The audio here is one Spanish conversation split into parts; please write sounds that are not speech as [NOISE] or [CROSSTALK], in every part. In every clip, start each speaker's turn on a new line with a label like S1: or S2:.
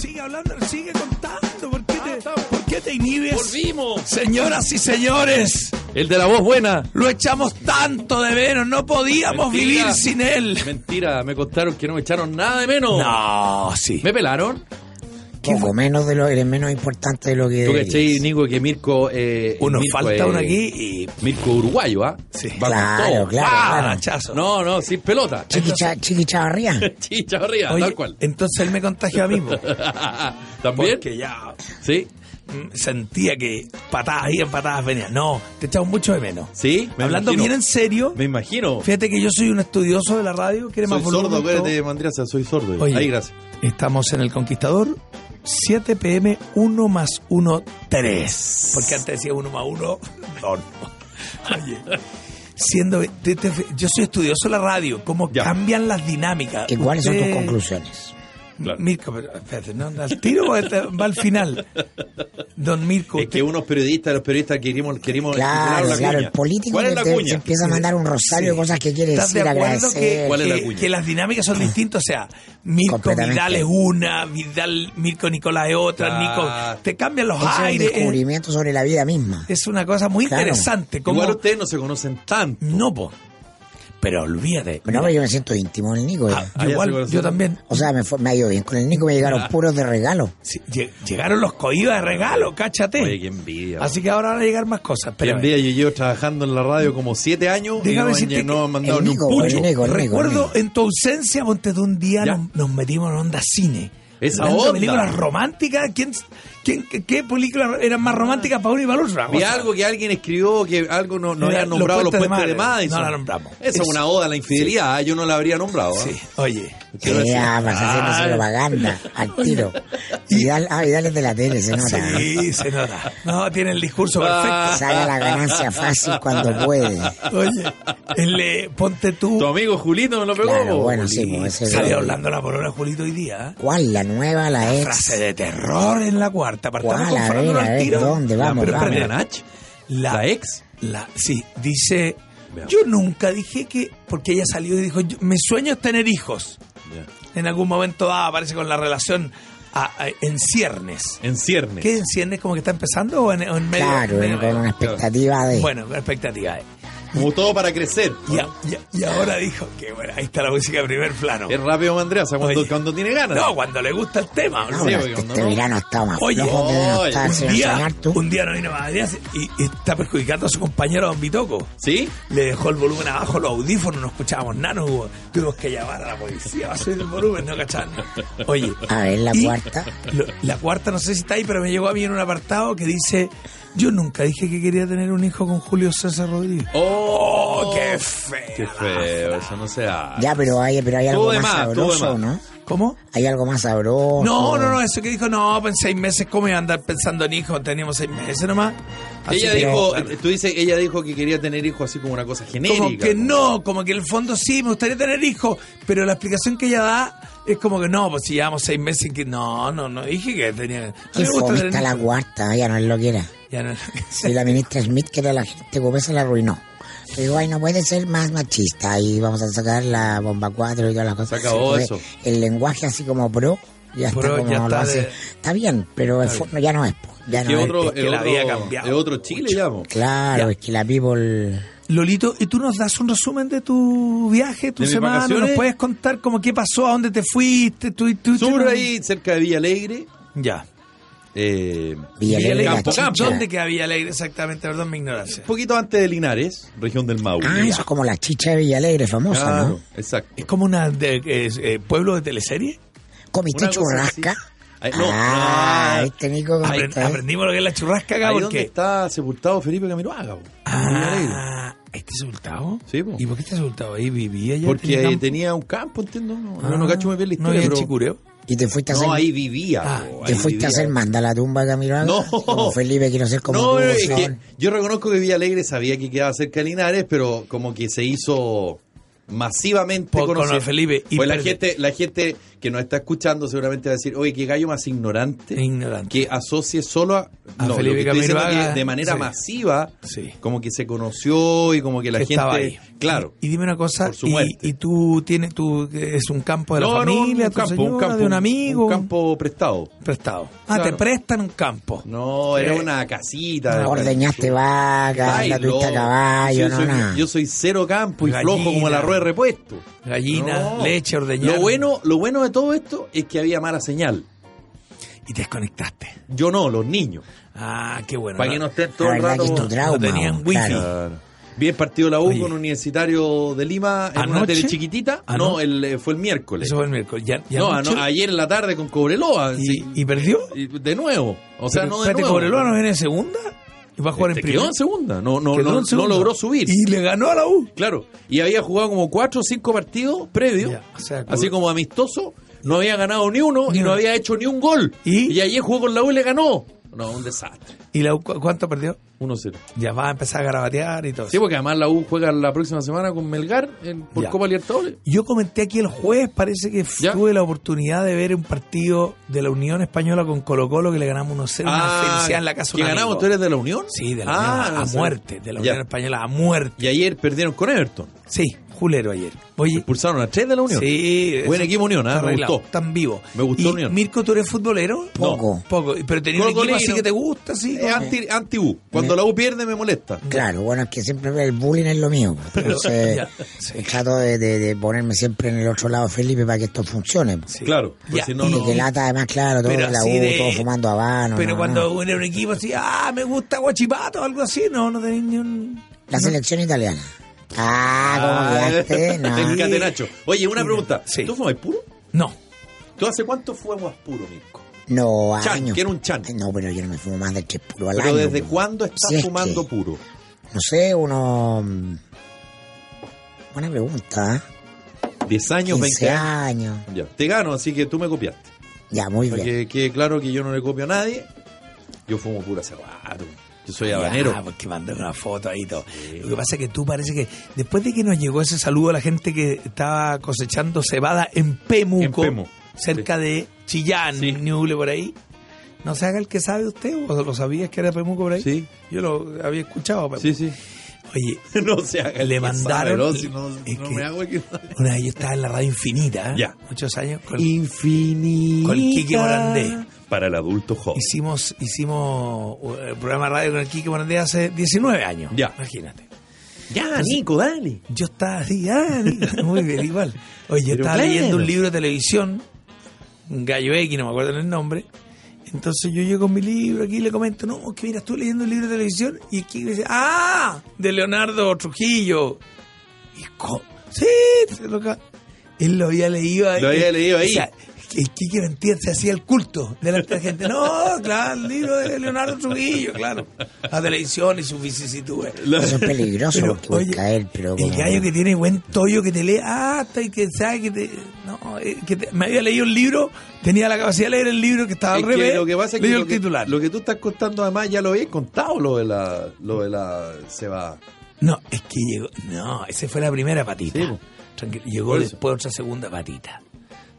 S1: sigue hablando, sigue contando. ¿Por qué,
S2: Ah,
S1: te,
S2: estamos.
S1: ¿por qué te inhibes?
S2: ¡Volvimos!
S1: Señoras y señores,
S2: El de la voz buena.
S1: lo echamos tanto de menos, no podíamos
S2: Mentira.
S1: vivir sin él.
S2: Mentira, me contaron que no me echaron nada de menos.
S1: No, sí.
S2: ¿Me pelaron?
S3: Poco menos de lo, eres menos importante de lo que
S2: Tú
S3: deberías.
S2: cachai, Nico, que Mirko. Eh,
S1: Uno
S2: Mirko,
S1: falta
S2: eh,
S1: uno aquí y.
S2: Mirko uruguayo, ¿ah?
S1: Sí.
S2: Va con
S3: Claro,
S2: todo.
S3: claro,
S2: ¡Ah!
S3: claro.
S1: Chazo.
S2: No, no, sin pelota.
S3: Chiqui Cha- Chiqui Chavarría.
S2: [LAUGHS] Chicha arriba,
S1: Oye,
S2: tal cual. [LAUGHS]
S1: Entonces él me contagió a mí. po.
S2: ¿También?
S1: Porque ya
S2: Sí,
S1: mm, sentía que patadas iban, patadas venían. No, te echamos mucho de menos.
S2: sí. me
S1: Hablando
S2: imagino.
S1: bien en serio,
S2: Me imagino.
S1: fíjate que yo soy un estudioso de la radio. ¿Quieres
S4: Soy
S1: más volumen,
S4: sordo,
S1: todo?
S4: acuérdate, Mandriaza, soy sordo. yo.
S1: Oye.
S2: Ahí, gracias.
S1: Estamos en El Conquistador, 7 pm, 1 más 1, 3. Porque antes decía 1 más 1, 2. Oye, siendo, te- te- yo soy estudioso de la radio, cómo
S2: Ya.
S1: cambian las dinámicas.
S3: ¿Y cuáles son tus
S1: Usted-
S3: conclusiones?
S2: Claro.
S1: Mirko, pero espérate, no, no, al tiro porque te- va al final. Don Mirko,
S2: Es que
S1: usted-
S2: unos periodistas, los periodistas querimos, querimos
S3: Claro,
S2: titular la
S3: claro.
S2: cuña.
S3: El político
S2: ¿Cuál
S3: que
S2: es la
S3: te- se
S2: cuña?
S3: empieza a mandar un rosario de
S1: Sí.
S3: cosas que quiere
S1: ¿Estás de
S3: decir,
S1: acuerdo que,
S3: agradecer.
S2: ¿Cuál es la
S1: que-
S2: cuña?
S1: que las dinámicas son distintas? O sea, Mirko
S3: Completamente.
S1: Vidal es una, Vidal, Mirko Nicolás es otra,
S2: Claro.
S1: Nico, te cambian los
S3: Eso es un
S1: aires. es-
S3: descubrimiento sobre la vida misma.
S1: Es una cosa muy
S3: Claro.
S1: interesante. Como...
S2: Igual ustedes no se conocen tan.
S1: No, po. Pero olvídate.
S3: Pero no, pero yo me siento íntimo del Nico.
S1: Ah,
S2: Ah, ya
S1: igual,
S2: se conocen.
S1: yo también.
S3: O sea, me, fue- me ha ido bien con el Nico, me llegaron puros de regalo.
S1: Sí, lle- llegaron los coídos de regalo, cáchate.
S2: Oye, qué envidia. bro.
S1: Así que ahora van a llegar más cosas.
S2: Qué
S1: Pero eh,
S2: envidia, yo llevo trabajando en la radio como siete años
S1: Déjame
S2: y no,
S1: decirte
S2: me han- no
S1: que
S2: me han mandado
S3: el
S2: ni un
S3: Nico,
S2: pucho.
S3: el Nico, el Nico.
S1: recuerdo en tu ausencia, ponte tú un día,
S2: Ya.
S1: nos, nos metimos en onda cine.
S2: Esa
S1: Hablando de
S2: onda.
S1: películas románticas. ¿Quién, quién, qué, qué películas eran más románticas para uno y para el otro?
S2: Vi
S1: O sea,
S2: algo que alguien escribió que algo no, no
S1: Mira,
S2: habían nombrado los
S1: los
S2: puentes
S1: puentes
S2: de
S1: de Madre.
S2: Madison.
S1: No la nombramos.
S2: Esa es
S1: Eso.
S2: una oda a la infidelidad, ¿eh? yo no la habría nombrado. ¿eh?
S1: Sí, oye.
S2: Quiero decir-
S3: Ya, vas pues, haciendo
S2: Ah,
S3: propaganda, al tiro. Vidal, ah, Vidal es de la tele, se nota.
S1: Sí, se nota. No, tiene el discurso
S2: Ah.
S1: perfecto.
S3: Saca la ganancia fácil cuando puede.
S1: Oye, el, eh, ponte tú.
S2: Tu amigo Julito me lo pegó.
S3: Claro,
S2: po,
S3: bueno,
S2: Juli.
S3: sí, pues, ese
S1: Salió
S3: es-
S1: hablando la polola Julito hoy día. ¿eh?
S3: ¿Cuál? ¿La nueva, la
S1: Frase
S3: ex?
S1: de terror en la cuarta. Partamos
S3: ¿Cuál?
S1: con
S3: A
S1: Fernando
S3: ver, a
S1: al
S3: ver,
S1: tiro.
S3: ¿dónde?
S2: La,
S3: Vamos,
S2: pero
S3: vamos.
S2: espérate, la Nach,
S1: La,
S2: la ex.
S1: la- sí, dice.
S2: Veamos.
S1: Yo nunca dije que. Porque ella salió y dijo: "Yo- Mi sueño es tener hijos. En algún momento dado aparece con la relación a- a- en ciernes.
S2: En ciernes.
S1: ¿Qué en ciernes? ¿Como que está empezando o en, o en medio?
S3: Claro,
S1: medio-
S3: con una expectativa de...
S1: Bueno, la expectativa. eh.
S2: Como todo para crecer.
S1: Y, a- y a- y ahora dijo que bueno, ahí está la música de primer plano.
S2: Es rápido Mandreasa cuando,
S1: Oye.
S2: cuando tiene ganas.
S1: No, cuando le gusta el tema.
S3: No,
S1: sí,
S3: pero
S2: sí,
S3: este,
S2: no,
S3: este
S2: no.
S3: verano está más
S1: Oye,
S3: flojo que no
S2: oye,
S3: está
S1: un
S3: sin
S1: día,
S3: sonar tú.
S1: un día no vino más Adrián y, y está perjudicando a su compañero Don Bitoco.
S2: ¿Sí?
S1: Le dejó el volumen abajo, los audífonos, no escuchábamos nada, no hubo- tuvimos que llamar a la policía va a subir el volumen, no cachaban. Oye,
S3: A ver, la
S1: y
S3: cuarta.
S1: lo- la cuarta no sé si está ahí, pero me llegó a mí en un apartado que dice, yo nunca dije que quería tener un hijo con Julio César Rodríguez.
S2: ¡Oh!
S1: Oh, qué feo.
S2: Qué feo, eso no se hace.
S3: Ya, pero hay, pero hay algo
S2: Todo de
S3: más,
S2: más, todo de
S3: sabroso,
S2: más.
S3: ¿no?
S1: ¿Cómo?
S3: Hay algo más
S2: Oh,
S3: sabroso.
S1: No, no, no, eso que dijo, no, pues en seis meses, ¿cómo iba a andar pensando en hijos? Teníamos seis meses nomás. Así
S2: ella
S1: que-
S2: dijo, tú dices, ella dijo que quería tener hijos así como una cosa genérica.
S1: como que no, como que en el fondo sí, me gustaría tener hijos, pero la explicación que ella da es como que no, pues si llevamos seis meses en que no, no, no, dije que tenía... No
S3: Qué
S1: me gusta
S3: fome
S1: tener
S3: está la
S1: hijos.
S3: cuarta, ya no es lo que era.
S1: Ya no- [LAUGHS]
S3: Si la ministra Smith, que era la gente como se la arruinó. Le digo, ay, no puede ser más machista y vamos a sacar la bomba 4 y todas las cosas.
S2: Se acabó
S3: Fue
S2: eso.
S3: El lenguaje así como pro, ya
S1: Pro,
S3: está como
S1: ya está
S3: lo hace.
S1: de-
S3: Está bien, pero el fondo ya no es. po, Ya
S2: Que
S3: no es.
S2: otro,
S1: es que
S2: el
S1: la
S2: otro,
S1: había cambiado.
S2: el otro Chile, llamo.
S3: Claro,
S1: Ya.
S3: es que la ah, people...
S1: Lolito, ¿y tú nos das un resumen de tu viaje, tu
S2: ¿De mis
S1: semana? ¿Nos
S2: vacaciones?
S1: puedes contar como qué pasó, a dónde te fuiste? Tú, tú,
S2: Sur ahí, cerca de Villa Alegre.
S1: Ya.
S2: Eh,
S3: Villalegre,
S1: Villalegre,
S2: Campo,
S3: la
S2: Campo.
S3: chicha.
S1: ¿Dónde queda Villalegre exactamente? Perdón mi ignorancia.
S2: un poquito antes de Linares, región del Maule.
S3: Ah, eso es como la chicha de Villalegre, famosa,
S2: Claro,
S3: ¿no?
S1: ¿Es
S2: exacto.
S1: como un eh, pueblo de teleserie?
S3: Comité
S2: Una cosa así.
S3: churrasca.
S2: Ay, no,
S3: ah,
S2: ah,
S3: este Nico ¿cómo
S1: Apre-
S3: está, eh?
S1: aprendimos lo que es la churrasca acá
S2: Ahí donde
S1: porque...
S2: está sepultado Felipe Camiroaga. po, en Villa Alegre.
S1: Ah, ¿este es Hurtado?
S2: Sí, po.
S1: ¿Y por qué este es Hurtado? Ahí vivía ya.
S2: Porque
S1: tenía
S2: ahí
S1: campo.
S2: tenía un campo, entiendo. No, no,
S1: Ah,
S2: no cacho muy bien la
S1: ¿No
S2: historia,
S1: había
S2: pero-
S1: chicureo?
S3: Y te fuiste a hacer,
S2: No, ahí vivía.
S1: Ah,
S2: po,
S3: te
S2: ahí
S3: fuiste
S2: vivía.
S3: a hacer manda a la tumba de Camilo
S2: No.
S3: Como Felipe, quiero ser como
S2: no,
S3: tú,
S2: es
S3: Sol.
S2: que yo reconozco que Villa Alegre sabía que quedaba cerca de Linares, pero como que se hizo masivamente
S1: Poco,
S2: conocida.
S1: no, Felipe, y
S2: Pues la
S1: perde-
S2: gente, la gente que nos está escuchando seguramente va a decir, oye, qué gallo más ignorante,
S1: Ignorante.
S2: que asocie solo a,
S1: A
S2: lo
S1: Felipe
S2: que estoy diciendo
S1: Camiroaga,
S2: que de manera
S1: sí.
S2: masiva,
S1: Sí.
S2: como que se conoció y como que la
S1: que
S2: gente...
S1: estaba ahí.
S2: Claro.
S1: Y dime una cosa,
S2: Por su
S1: y,
S2: muerte.
S1: y tú tienes, tú es un campo de la
S2: No, no,
S1: familia, tu señora, de un amigo,
S2: Un campo prestado.
S1: prestado. Ah,
S2: Claro.
S1: te prestan un campo.
S2: No, era
S1: Sí.
S2: una casita.
S3: Ah, Ordeñaste vacas,
S2: Ay,
S3: anduviste a
S2: no.
S3: caballo,
S2: yo,
S3: no,
S2: soy,
S3: nada.
S2: yo soy cero campo y
S1: Gallina.
S2: flojo como la rueda de repuesto.
S1: Gallina,
S2: No.
S1: leche, ordeñar.
S2: Lo bueno, lo bueno de todo esto es que había mala señal.
S1: Y te desconectaste.
S2: Yo no, los niños.
S1: Ah, qué bueno.
S2: para
S1: ¿no?
S2: que no estén todo
S3: La
S2: el
S3: verdad que
S2: rato.
S3: es tu trauma.
S1: no tenían
S3: vos,
S1: wifi.
S3: claro.
S2: Claro. Bien partido la U
S1: Oye.
S2: con Universitario de Lima en una
S1: ¿Anoche?
S2: tele chiquitita.
S1: ¿Ano-
S2: No, el, eh, fue el miércoles.
S1: Eso fue el miércoles. Ya, ya
S2: no,
S1: anoche,
S2: ano- ayer en la tarde con Cobreloa.
S1: y,
S2: sí.
S1: y perdió.
S2: Y de nuevo. O sea,
S1: Pero
S2: no de
S1: espérate,
S2: nuevo. Este,
S1: Cobreloa no viene en segunda y va a jugar
S2: Te
S1: en primera.
S2: quedó en segunda. No, no,
S1: Quedó en
S2: no, no
S1: segunda.
S2: logró subir.
S1: Y le ganó a la U.
S2: Claro, y había jugado como cuatro o cinco partidos previos,
S1: Ya, o sea,
S2: así como amistoso, no había ganado ni uno
S1: Ni
S2: y no
S1: uno.
S2: había hecho ni un gol.
S1: ¿Y?
S2: ayer jugó con la U y le ganó. No, un desastre.
S1: ¿Y la U cu- cuánto perdió?
S2: 1-0.
S1: Ya va a empezar a garabatear y todo
S2: Sí,
S1: eso.
S2: porque además la U juega la próxima semana con Melgar en, por
S1: Ya.
S2: Copa Libertadores.
S1: Yo comenté aquí el jueves, parece que
S2: Ya.
S1: tuve la oportunidad de ver un partido de la Unión Española con Colo Colo que le ganamos 1-0, una felicidad en la casa. de
S2: Ah, ¿Que
S1: un
S2: ganamos?
S1: amigo.
S2: ¿Tú eres de la Unión?
S1: Sí, de la
S2: Ah,
S1: Unión a- a,
S2: no sé.
S1: muerte, de la
S2: Ya.
S1: Unión Española a muerte.
S2: Y ayer perdieron con Everton.
S1: Sí, Julero ayer. Oye,
S2: Expulsaron a tres de la Unión.
S1: sí,
S2: Buen
S1: eso
S2: equipo Unión, ¿ah?
S1: está
S2: Me
S1: arreglado,
S2: gustó.
S1: Tan vivo.
S2: Me gustó
S1: ¿Y,
S2: Unión.
S1: Mirko, ¿tú eres futbolero?
S2: No.
S3: Poco. Eh, ah.
S1: Poco. Pero tenías un equipo
S2: Colo-colino.
S1: así que te gusta, sí.
S2: Es anti, anti-U. Cuando la U pierde me molesta.
S3: Claro, bueno, es que siempre el bullying es lo mío.
S2: [LAUGHS]
S3: pues. Entonces,
S1: Ya, sí.
S3: trato de, de- de ponerme siempre en el otro lado, Felipe, para que esto funcione.
S1: Sí.
S2: Claro, pues
S1: Ya,
S2: si no,
S1: y-
S2: no.
S3: Y que lata, además, claro, todo
S1: Pero
S3: en la
S1: así
S3: U,
S1: de-
S3: todo fumando habano.
S1: Pero
S3: Ah, no,
S1: cuando
S3: no.
S1: era un equipo así, ah, me gusta Guachipato o algo así, no, no tenía ni un...
S3: La selección italiana. Ah, ¿cómo
S1: [LAUGHS]
S3: quedaste?
S2: [LAUGHS]
S3: No.
S2: Del catenacho. Oye, una pregunta.
S1: Sí.
S2: ¿Tú fumas puro?
S1: No.
S2: ¿Tú hace cuánto fuimos puro, Mirko?
S3: No,
S2: Chan,
S3: años.
S2: quiero un chan.
S3: No, pero yo no me fumo más de tres puro al
S2: Pero
S3: año.
S2: ¿desde
S3: po.
S2: cuándo estás
S3: Si es
S2: fumando
S3: que-
S2: puro?
S3: No sé, uno... mm, Buena pregunta, ¿eh?
S2: 10 años, 20
S3: 15
S2: años.
S3: años.
S2: Ya, te gano, así que tú me copiaste.
S3: Ya, muy
S2: Para
S3: bien.
S2: que quede claro que yo no le copio a nadie. Yo fumo puro hace rato. Yo soy habanero.
S1: Ah, porque mandé una foto ahí y todo. Lo que pasa es que tú parece que después de que nos llegó ese saludo a la gente que estaba cosechando cebada en Pemuco,
S2: En Pemu,
S1: cerca de Chillán,
S2: Sí.
S1: Ñuble por ahí, no se haga el que sabe usted, o lo sabías que era Pemuco por ahí.
S2: Sí.
S1: Yo lo había escuchado. Pemuco.
S2: Sí, [LAUGHS] sí.
S1: Oye,
S2: no se haga el
S1: Le
S2: que
S1: mandaron-
S2: sabe, ¿no? Si no,
S1: es
S2: no
S1: que-
S2: me hago el que sabe.
S1: una vez yo estaba en la radio infinita, ¿eh?
S2: Ya.
S1: muchos años, con-
S2: Infinita.
S1: Con el Quique Morandé.
S2: Para el adulto joven.
S1: Hicimos, hicimos eh, el programa de radio con el Quique Morandé hace 19 años.
S2: Ya.
S1: Imagínate.
S2: Ya, Nico, dale.
S1: Yo estaba así, ah, [LAUGHS] muy bien, igual. Oye, yo
S2: Pero
S1: estaba leyendo
S2: claro.
S1: un libro de televisión, un gallo X, no me acuerdo el nombre. Entonces yo llego con mi libro aquí y le comento, no, es que mira, estuve leyendo un libro de televisión y aquí dice, ah, de Leonardo Trujillo. Y co- sí, se lo ca- él lo había leído ahí.
S2: Lo había leído ahí.
S1: O sea, el Quique mentía, se hacía el culto delante de la gente. No, claro, el libro de Leonardo Trujillo, claro. La televisión y sus vicisitudes.
S3: Eso es peligroso
S1: Pero,
S3: porque puede
S1: oye,
S3: caer, pero...
S1: El
S3: como-
S1: gallo que tiene buen tollo, que te lee hasta y que sabe que te... No, eh, que te- me había leído el libro, tenía la capacidad de leer el libro que estaba
S2: Es
S1: al
S2: que
S1: revés,
S2: lo que pasa es que
S1: leí
S2: lo
S1: el
S2: que-
S1: titular.
S2: lo que tú estás contando además ya lo habías contado lo de la lo de la se va
S1: No, es que llegó... No, esa fue la primera patita.
S2: Sí, po.
S1: Tranquilo, llegó
S2: Por eso.
S1: después otra segunda patita.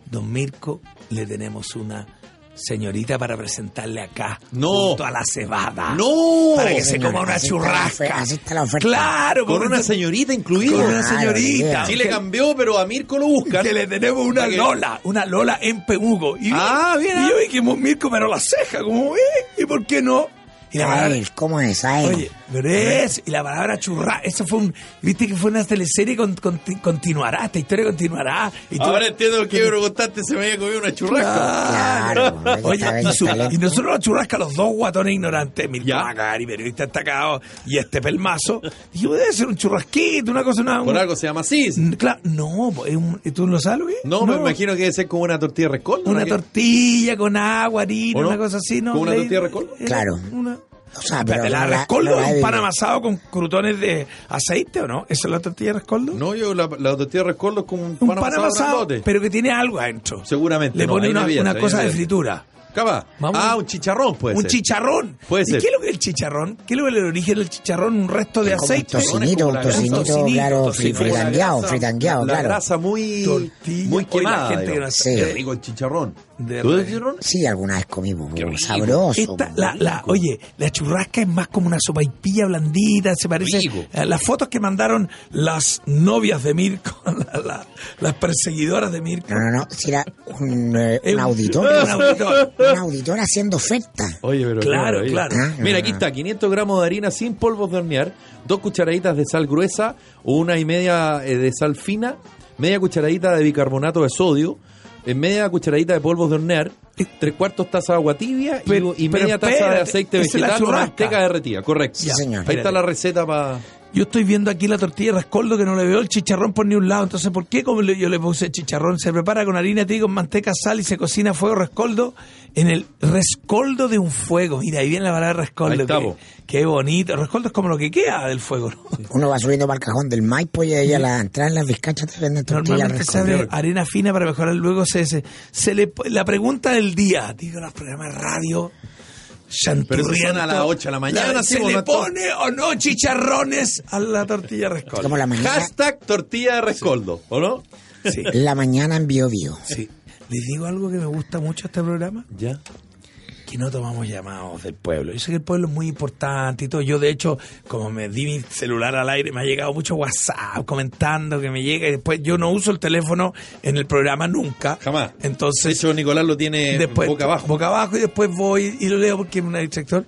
S1: Don Mirko, le tenemos una señorita para presentarle acá.
S2: No.
S1: Junto a la
S2: Ah,
S1: cebada.
S2: ¡No!
S1: Para que se
S3: Oh, Señor,
S1: coma una
S3: así está la
S1: churrasca.
S3: ofe- así está la oferta.
S1: Claro,
S2: con una
S1: señorita.
S2: señorita
S1: Con
S2: incluida.
S1: una señorita.
S3: Ah,
S2: Sí le cambió, pero a Mirko lo buscan.
S1: Que le tenemos una
S2: Para que-
S1: Lola, una Lola en Pemugo. Y,
S2: Ah, bien,
S1: Y
S2: ah.
S1: yo vi que Mirko pero la ceja, como, ¿eh? ¿Y por qué no? Y la
S3: A
S1: palabra,
S3: él, ¿cómo es? A él.
S1: oye, pero es, y la palabra churra, eso fue un, viste que fue una teleserie con, con- continuará, esta historia continuará. Y tú-
S2: Ahora entiendo que Ebro Constante se me había comido una churrasca.
S1: Claro.
S3: Claro, hay que
S1: Oye,
S3: saber
S1: y, su-
S3: talento.
S1: y nosotros la churrasca, los dos guatones ignorantes, Mirko
S2: Ya.
S1: Macari, periodista destacado, y este pelmazo, dijimos, debe ser un churrasquito, una cosa, una...
S2: Por
S1: una-
S2: algo se llama así.
S1: Mm, Claro, no, po, es un- ¿tú lo sabes lo que es?
S2: No, me imagino que debe ser como una tortilla de rescoldo.
S1: Una
S2: ¿no?
S1: tortilla con agua, harina,
S2: ¿O no?
S1: una cosa así, ¿no?
S2: ¿Con una
S1: Le-
S2: tortilla de rescoldo?
S1: era
S3: Claro.
S1: Una...
S3: O sea, pero
S1: Espérate, ¿La
S3: no la-
S1: rescoldo
S3: no
S1: es
S3: la
S1: un
S3: he
S1: pan
S3: vivido.
S1: amasado con crutones de aceite o no? ¿Esa es la tortilla de rescoldo?
S2: No, yo la, la tortilla de rescoldo es como un,
S1: Un pan, amasado,
S2: grandote.
S1: pero que tiene algo adentro.
S2: Seguramente,
S1: Le
S2: no,
S1: pone
S2: ahí
S1: una,
S2: no había,
S1: una
S2: ahí no
S1: cosa de
S2: había.
S1: fritura.
S2: Capaz.
S1: Vamos.
S2: Ah, un chicharrón puede
S1: un
S2: ser.
S1: chicharrón.
S2: Puede
S1: ¿Y
S2: ser.
S1: qué es lo que es el chicharrón? ¿Qué es lo que es el origen del chicharrón? Un resto de
S3: Es como un
S1: aceite.
S3: tocinito,
S2: un tocinito,
S3: claro,
S1: tocinito.
S2: Como la
S3: Fritangueado,
S2: grasa-
S3: fritangueado,
S2: la
S3: claro.
S2: grasa muy,
S1: Tortilla.
S2: muy
S1: Oye, la
S2: quemada.
S1: gente
S2: digamos.
S1: que no
S3: hace-
S2: Qué rico el chicharrón.
S1: De
S2: ¿Tú
S1: re-
S2: el chicharrón?
S3: Sí, alguna vez comimos,
S2: Qué rico.
S3: sabroso.
S1: Esta, la, la- oye, la churrasca es más como una sopaipilla blandita, se parece
S2: Rico.
S1: a las fotos que mandaron las novias de Mirko, [LAUGHS] la- la- las perseguidoras de Mirko.
S3: No, no, no, si era un, eh,
S1: Es
S3: Ah, un auditor,
S1: un auditor.
S3: un auditor haciendo oferta.
S2: Oye, pero qué
S1: Claro,
S2: maravilla.
S1: claro.
S2: Mira, aquí está, 500 gramos de harina sin polvos de hornear, dos cucharaditas de sal gruesa, una y media eh, de sal fina, media cucharadita de bicarbonato de sodio, eh, media cucharadita de polvos de hornear, tres cuartos taza de agua tibia y-
S1: Eh. Pero-
S2: y,
S1: pero
S2: media taza de
S1: espérate,
S2: aceite
S1: esa es la
S2: vegetal o
S1: churrasca.
S2: manteca derretida, correcto.
S3: Sí,
S2: Ahí
S3: señor.
S2: está
S1: Espérate.
S2: la receta para...
S1: Yo estoy viendo aquí la tortilla de rascoldo que no le veo el chicharrón por ni un lado. Entonces, ¿por qué como le- yo le puse chicharrón? Se prepara con harina, trigo, manteca, sal y se cocina a fuego rescoldo en el rescoldo de un fuego. Mira, ahí viene la palabra
S2: Ahí
S1: rescoldo.
S2: está,
S1: que-
S2: po.
S1: qué bonito. Rescoldo es como lo que queda del fuego, ¿no?
S3: Uno va subiendo para el cajón del Maipo y ahí a la entrada en las bizcachas te venden tortillas
S1: Normalmente se abre
S3: rescoldidas.
S1: arena fina para mejorar luego se, se, se le po- la pregunta del día, digo los programas de radio chanturriento.
S2: a las ocho de la mañana, sí,
S1: ¿Se
S2: vos,
S1: le
S2: no todo.
S1: pone o no chicharrones a la tortilla rescoldo?
S3: Como la mañana,
S2: Hashtag tortilla de rescoldo, ¿o no?
S1: Sí,
S3: la mañana en Bio Bio.
S1: sí. Les digo algo que me gusta mucho de este programa,
S2: Ya.
S1: que no tomamos llamados del pueblo. Yo sé que el pueblo es muy importante y todo. Yo, de hecho, como me di mi celular al aire, me ha llegado mucho WhatsApp comentando que me llega y después yo no uso el teléfono en el programa nunca.
S2: Jamás. De
S1: Entonces,
S2: hecho, Nicolás lo tiene
S1: después,
S2: Eh, boca abajo.
S1: abajo y después voy y lo leo porque es un distractor.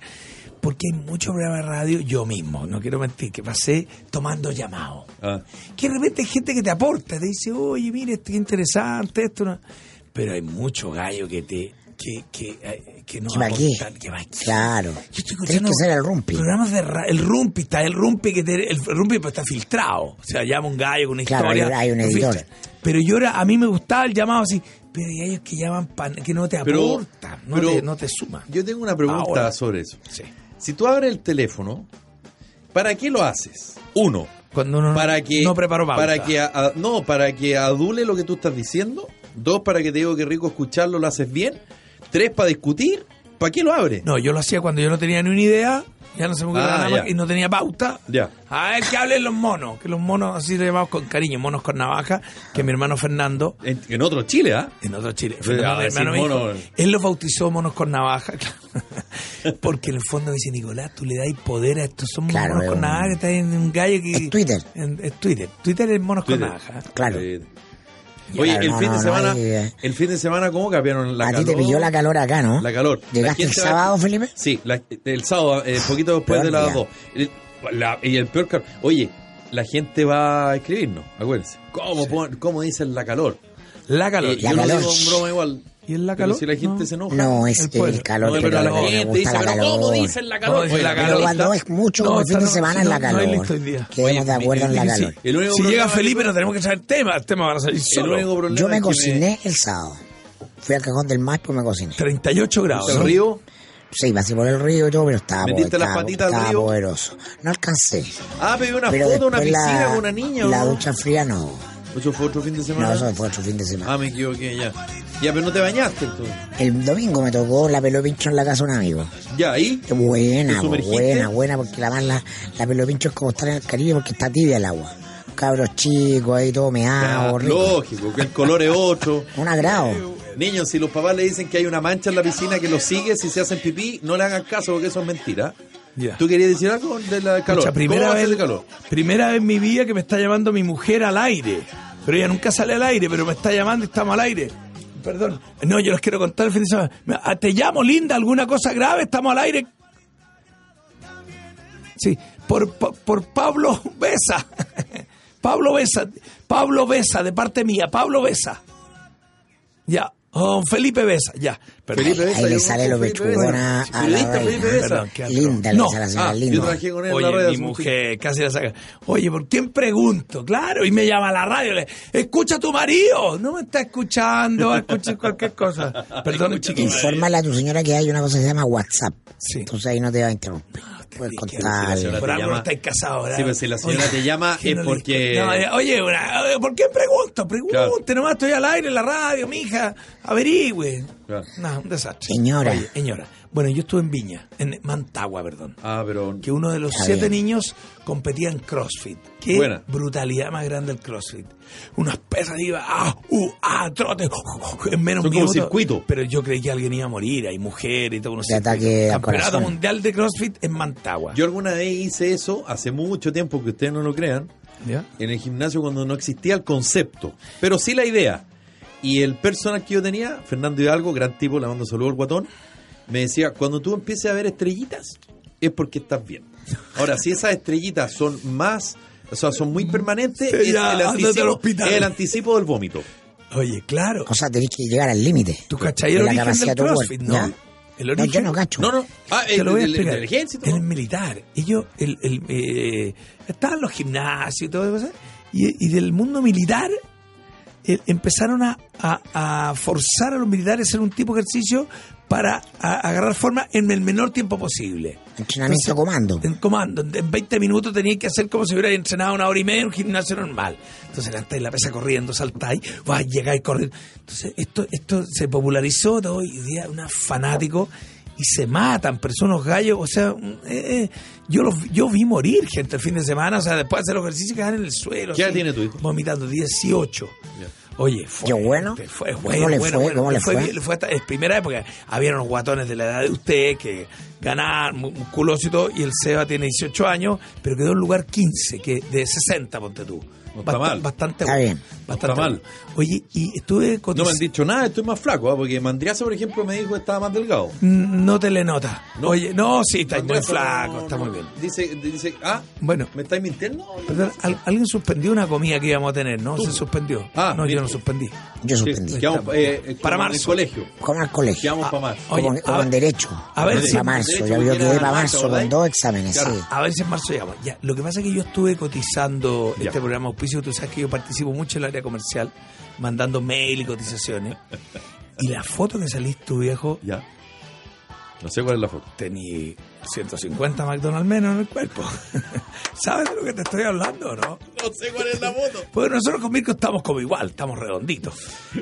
S1: Porque hay mucho programa de radio, yo mismo, no quiero mentir, que pasé tomando llamados.
S2: Ah.
S1: Que de repente hay gente que te aporta, te dice, oye, mire, esto es interesante, esto no. Pero hay mucho gallo que te. que, que, eh, que no
S3: ¿Que va aquí?
S1: aportan, que va aquí.
S3: Claro.
S1: Yo estoy
S3: Tienes
S1: escuchando
S3: que ser el rumpi.
S1: Programas de ra- el rumpi, está el rumpi que te- el rumpi pues, está filtrado. O sea, llama un gallo con una
S3: Claro,
S1: historia.
S3: hay- hay un
S1: lo
S3: editor.
S1: filtra. Pero yo era, a mí me gustaba el llamado así, pero hay ellos que llaman pan, que no te
S2: Pero-
S1: aportan, no,
S2: pero-
S1: te, no te suman.
S2: Yo tengo una pregunta
S1: Ahora.
S2: sobre eso.
S1: Sí.
S2: Si tú abres el teléfono, ¿para qué lo haces? Uno,
S1: Cuando uno no-
S2: para que
S1: no preparó pauta.
S2: para que a- a- no, para que adule lo que tú estás diciendo. Dos, para que te digo que rico escucharlo, lo haces bien. Tres, para discutir. ¿Para qué lo abres?
S1: No, yo lo hacía cuando yo no tenía ni una idea, ya no se me ocurrió
S2: Ah,
S1: nada más
S2: ya.
S1: y no tenía pauta.
S2: Ya.
S1: A ver que hablen los monos, que los monos así le llamamos con cariño, monos con navaja, que mi hermano Fernando
S2: En, en otro Chile, ¿ah?
S1: En otro Chile.
S2: Sí,
S1: Fernando,
S2: ah,
S1: mi
S2: sí,
S1: hermano, me
S2: mono.
S1: dijo, él los bautizó monos con navaja,
S2: [LAUGHS]
S1: claro. Porque en el fondo me dice, Nicolás, tú le das poder a estos son
S3: Claro,
S1: monos
S3: es
S1: con
S3: un-
S1: navaja que está en un gallo que...
S3: Es Twitter.
S1: En, es Twitter. Twitter es monos
S2: Twitter.
S1: con navaja.
S3: Claro.
S2: Eh, Oye, el
S3: no,
S2: fin
S3: no,
S2: de
S3: no
S2: semana,
S3: hay-
S2: el fin de semana cómo cambiaron la
S3: a ti
S2: calor?
S3: te pilló la calor acá, ¿no?
S2: La calor.
S3: ¿Llegaste
S2: La
S3: el
S2: gente va-
S3: sábado, Felipe?
S2: Sí, la- el sábado, eh, poquito después
S3: Peor
S2: de las
S3: día.
S2: dos. El- la- y el peor calor. Oye, la gente va a escribirnos, acuérdense. ¿Cómo, pon- cómo dicen la calor?
S1: La calor.
S2: Eh,
S3: La
S2: yo
S3: calor.
S2: lo digo en broma igual.
S1: ¿Y es la
S2: pero
S1: calor?
S2: si la gente
S1: No.
S2: se enoja.
S3: No, es
S1: El
S3: que
S1: pueblo.
S3: el calor,
S2: No,
S3: que
S2: pero a
S3: lo-
S2: la
S3: me
S2: gente
S3: gusta
S2: dice,
S3: la
S2: pero
S3: calor.
S2: ¿cómo dicen la calor?
S1: No, dice
S2: Oye,
S1: la
S2: la
S1: calor.
S3: Pero
S2: calor
S3: cuando
S2: está-
S3: es mucho,
S1: No,
S3: como el
S1: está-
S3: fin de
S1: no,
S3: semana
S1: no,
S3: es la
S1: no hay
S3: calor.
S1: listo hoy día.
S3: Quedemos de
S2: Oye,
S3: acuerdo en la
S2: difícil.
S3: calor.
S2: El único
S1: Si
S2: problema
S1: llega
S2: que-
S1: Felipe, no tenemos que saber temas. Los temas van a salir
S2: El
S1: solo.
S2: único problema
S3: Yo me
S2: es que
S3: cociné el sábado. Fui al cajón del Maipo y me cociné.
S1: 38 grados.
S2: El
S1: ¿no?
S2: río.
S3: Sí, pasé por el río y todo, pero estaba,
S2: ¿Metiste
S3: po-
S2: las
S3: estaba-
S2: patitas al
S3: estaba
S2: río?
S3: poderoso. No alcancé.
S2: Ah, pedí una
S3: pero
S2: foto, una
S3: después
S2: piscina
S3: la,
S2: con una niña. ¿o
S3: La
S2: no? Ah.
S3: ducha fría no.
S2: Eso fue otro fin de semana.
S3: No, eso fue otro fin de semana.
S2: Ah, me equivoqué, ya. Ya, pero no te bañaste entonces.
S3: El domingo me tocó la pelo pincho en la casa de un amigo.
S2: Ya, ahí.
S3: Qué buena,
S2: ¿Te
S3: po,
S2: sumergiste?
S3: buena, buena, porque la más la, la pelo pincho es como estar en el Caribe porque está tibia el agua. Cabros chicos ahí todo
S2: Ya,
S3: meado, rico.
S2: lógico, que el color es otro.
S3: Un agrado.
S2: Niños, si los papás le dicen que hay una mancha en la piscina que los sigue, si se hacen pipí, no le hagan caso porque eso es mentira.
S1: Ya.
S2: ¿Tú querías decir algo de la calor?
S1: Pucha, primera
S2: ¿Cómo va a
S1: vez,
S2: ser el calor?
S1: primera vez en mi vida que me está llamando mi mujer al aire. Pero ella nunca sale al aire, pero me está llamando y estamos al aire. Perdón. No, yo les quiero contar el fin de semana. Me- ah, Te llamo, linda, alguna cosa grave, estamos al aire. Sí, por, por, por Pablo [LAUGHS] Besa. Pablo Besa. Pablo Besa, de parte mía. Pablo Besa. Ya. Oh, Felipe Besa, ya. Perdón.
S2: Felipe Besa,
S3: Ahí le
S2: yo
S3: sale
S2: conozco a
S3: lo
S2: Felipe
S3: pechugón
S2: Besa.
S3: a-
S2: Sí,
S3: a la
S2: periodista
S3: reina.
S2: Felipe Besa.
S1: Perdón, qué asco.
S3: Linda
S1: No.
S3: la señora,
S2: Ah,
S3: señora,
S2: yo
S3: linda.
S2: trabajé con él en
S1: Oye,
S2: la red.
S1: mi
S2: hace mucho
S1: mujer casi la saca. Oye, ¿por quién pregunto? Claro, y me llama a la radio. Le, Escucha a tu marido. No me está escuchando. Escucha cualquier [LAUGHS] cosa. Perdón, chiquillos.
S3: Infórmale a tu señora que hay una cosa que se llama Whatsap.
S1: Sí. Ah,
S3: Entonces ahí no te va a interrumpir. Puedes
S1: rico.
S3: contarle.
S1: Por
S2: te
S1: algo
S2: llama-
S1: no estáis casados. ¿verdad?
S2: Sí, pero si la señora
S1: Oye,
S2: te llama
S1: ¿quién no
S2: es
S1: le-
S2: porque-
S1: No, eh, oye, una- eh, ¿por quién pregunto? Pregunte,
S2: Claro.
S1: nomás estoy al aire en la radio, mija. Averigüe.
S2: tiempo. Claro.
S1: Nah, un desastre.
S3: Señora.
S1: Oye, señora. Bueno, yo estuve en Viña, en Mantagua, perdón.
S2: Ah, pero.
S1: Que uno de los
S3: Está
S1: siete
S3: bien.
S1: niños competía en CrossFit. Qué
S2: Buena.
S1: brutalidad más grande el CrossFit. Unas pesas iba, ah, uh, ah, trote, [LAUGHS] en menos
S2: Son como
S1: minutos.
S2: circuito.
S1: Pero yo creí que alguien iba a morir, hay mujeres y todo. unos
S3: De ataque
S1: circuitos.
S3: al
S1: Campeonato
S3: corazón.
S1: mundial de CrossFit en Mantagua.
S2: Yo alguna vez hice eso, hace mucho tiempo que ustedes no lo crean,
S1: ¿Ya?
S2: en el gimnasio cuando no existía el concepto, pero sí la idea. Y el personal que yo tenía, Fernando Hidalgo, gran tipo, le mando saludo al guatón, me decía, cuando tú empieces a ver estrellitas, es porque estás bien. Ahora, si esas estrellitas son más, o sea, son muy permanentes,
S1: Sí,
S2: es el,
S1: ya, ándate al
S2: anticipo,
S1: hospital.
S2: es el anticipo del vómito.
S1: Oye, claro.
S3: O sea, tenés que llegar al límite.
S1: ¿Tú cachai el
S3: de la
S1: origen
S3: capacidad
S1: del
S3: de tu cuerpo,
S1: CrossFit, no?
S3: ya.
S1: El
S3: No,
S1: origen.
S3: yo no cacho.
S2: No, no, ah,
S1: Te
S2: el,
S1: lo voy a
S2: el- el-
S1: explicar.
S2: el ejército.
S1: El
S2: ¿no?
S1: militar. Ellos el, el, eh, estaban los gimnasios y todo eso. Y, y del mundo militar eh, empezaron a, a- a forzar a los militares a hacer un tipo de ejercicio para a- agarrar forma en el menor tiempo posible.
S3: Entrenamiento comando.
S1: En comando, en- en 20 minutos tenías que hacer como si hubieras entrenado una hora y media en un gimnasio normal. Entonces levantáis la pesa corriendo, saltáis, vas, llegáis corriendo. Entonces esto, esto se popularizó todo hoy día, unos fanáticos y se matan, pero son unos gallos, o sea, un- eh, eh, yo los, yo vi morir gente el fin de semana, o sea, después de hacer los ejercicios quedan en el suelo.
S2: ¿Qué edad tiene tu hijo?
S1: Vomitando, 18.
S2: Ya.
S1: Oye, fue,
S3: ¿Yo bueno?
S1: fue
S3: ¿Cómo
S1: bueno,
S3: le
S1: bueno,
S3: fue?
S1: bueno.
S3: ¿Cómo le fue?
S1: bien, le fue hasta es primera época. Había unos guatones de la edad de usted que ganaban, mu- musculosos y todo, y el Seba tiene 18 años, pero quedó en lugar 15, que de 60, ponte tú.
S2: No está
S1: Basta-
S2: mal.
S1: Bastante
S3: Está
S1: bueno,
S3: bien.
S1: Bastante
S2: está mal.
S1: bueno. Oye, y estuve con...
S2: No me han dicho nada, estoy más flaco, ¿ah? porque Mandriaza, por ejemplo, me dijo que estaba más delgado.
S1: No te le nota.
S2: No.
S1: Oye, no, sí, está muy
S2: Mandriaza,
S1: flaco,
S2: no,
S1: está
S2: no.
S1: muy bien.
S2: Dice, dice, ah,
S1: Bueno.
S2: ¿me estáis mintiendo?
S1: Perdón, al- alguien suspendió una comida que íbamos a tener, ¿no?
S2: Tú.
S1: Se suspendió.
S2: Ah,
S1: no, yo
S2: bien.
S1: no suspendí.
S3: Yo
S2: Sí,
S3: suspendí.
S2: quedamos, eh, eh,
S1: Para
S2: como en
S1: marzo.
S2: el colegio.
S3: Como al colegio.
S2: Quedamos
S1: Ah,
S2: para marzo.
S1: oye,
S3: Como,
S1: a
S3: como en
S1: ver-
S3: derecho.
S1: a ver si-
S3: Para marzo.
S2: derecho,
S3: Yo, yo
S2: porque
S3: quedé
S2: era
S3: para
S2: marzo,
S3: marzo
S2: ¿verdad?
S1: ¿eh?
S3: con dos exámenes,
S2: Claro.
S3: sí.
S1: A ver si en marzo llamo. Ya, lo que pasa es que yo estuve cotizando
S2: Ya.
S1: este programa auspicio. Tú sabes que yo participo mucho en el área comercial, mandando mail y cotizaciones. Y la foto que saliste tu viejo,
S2: Ya. No sé cuál es la foto.
S1: tenía 150 McDonald's menos en el cuerpo. [LAUGHS] ¿Sabes de lo que te estoy hablando o no?
S2: No sé cuál es la [LAUGHS] foto.
S1: Porque nosotros con Mirko estamos como igual, estamos redonditos.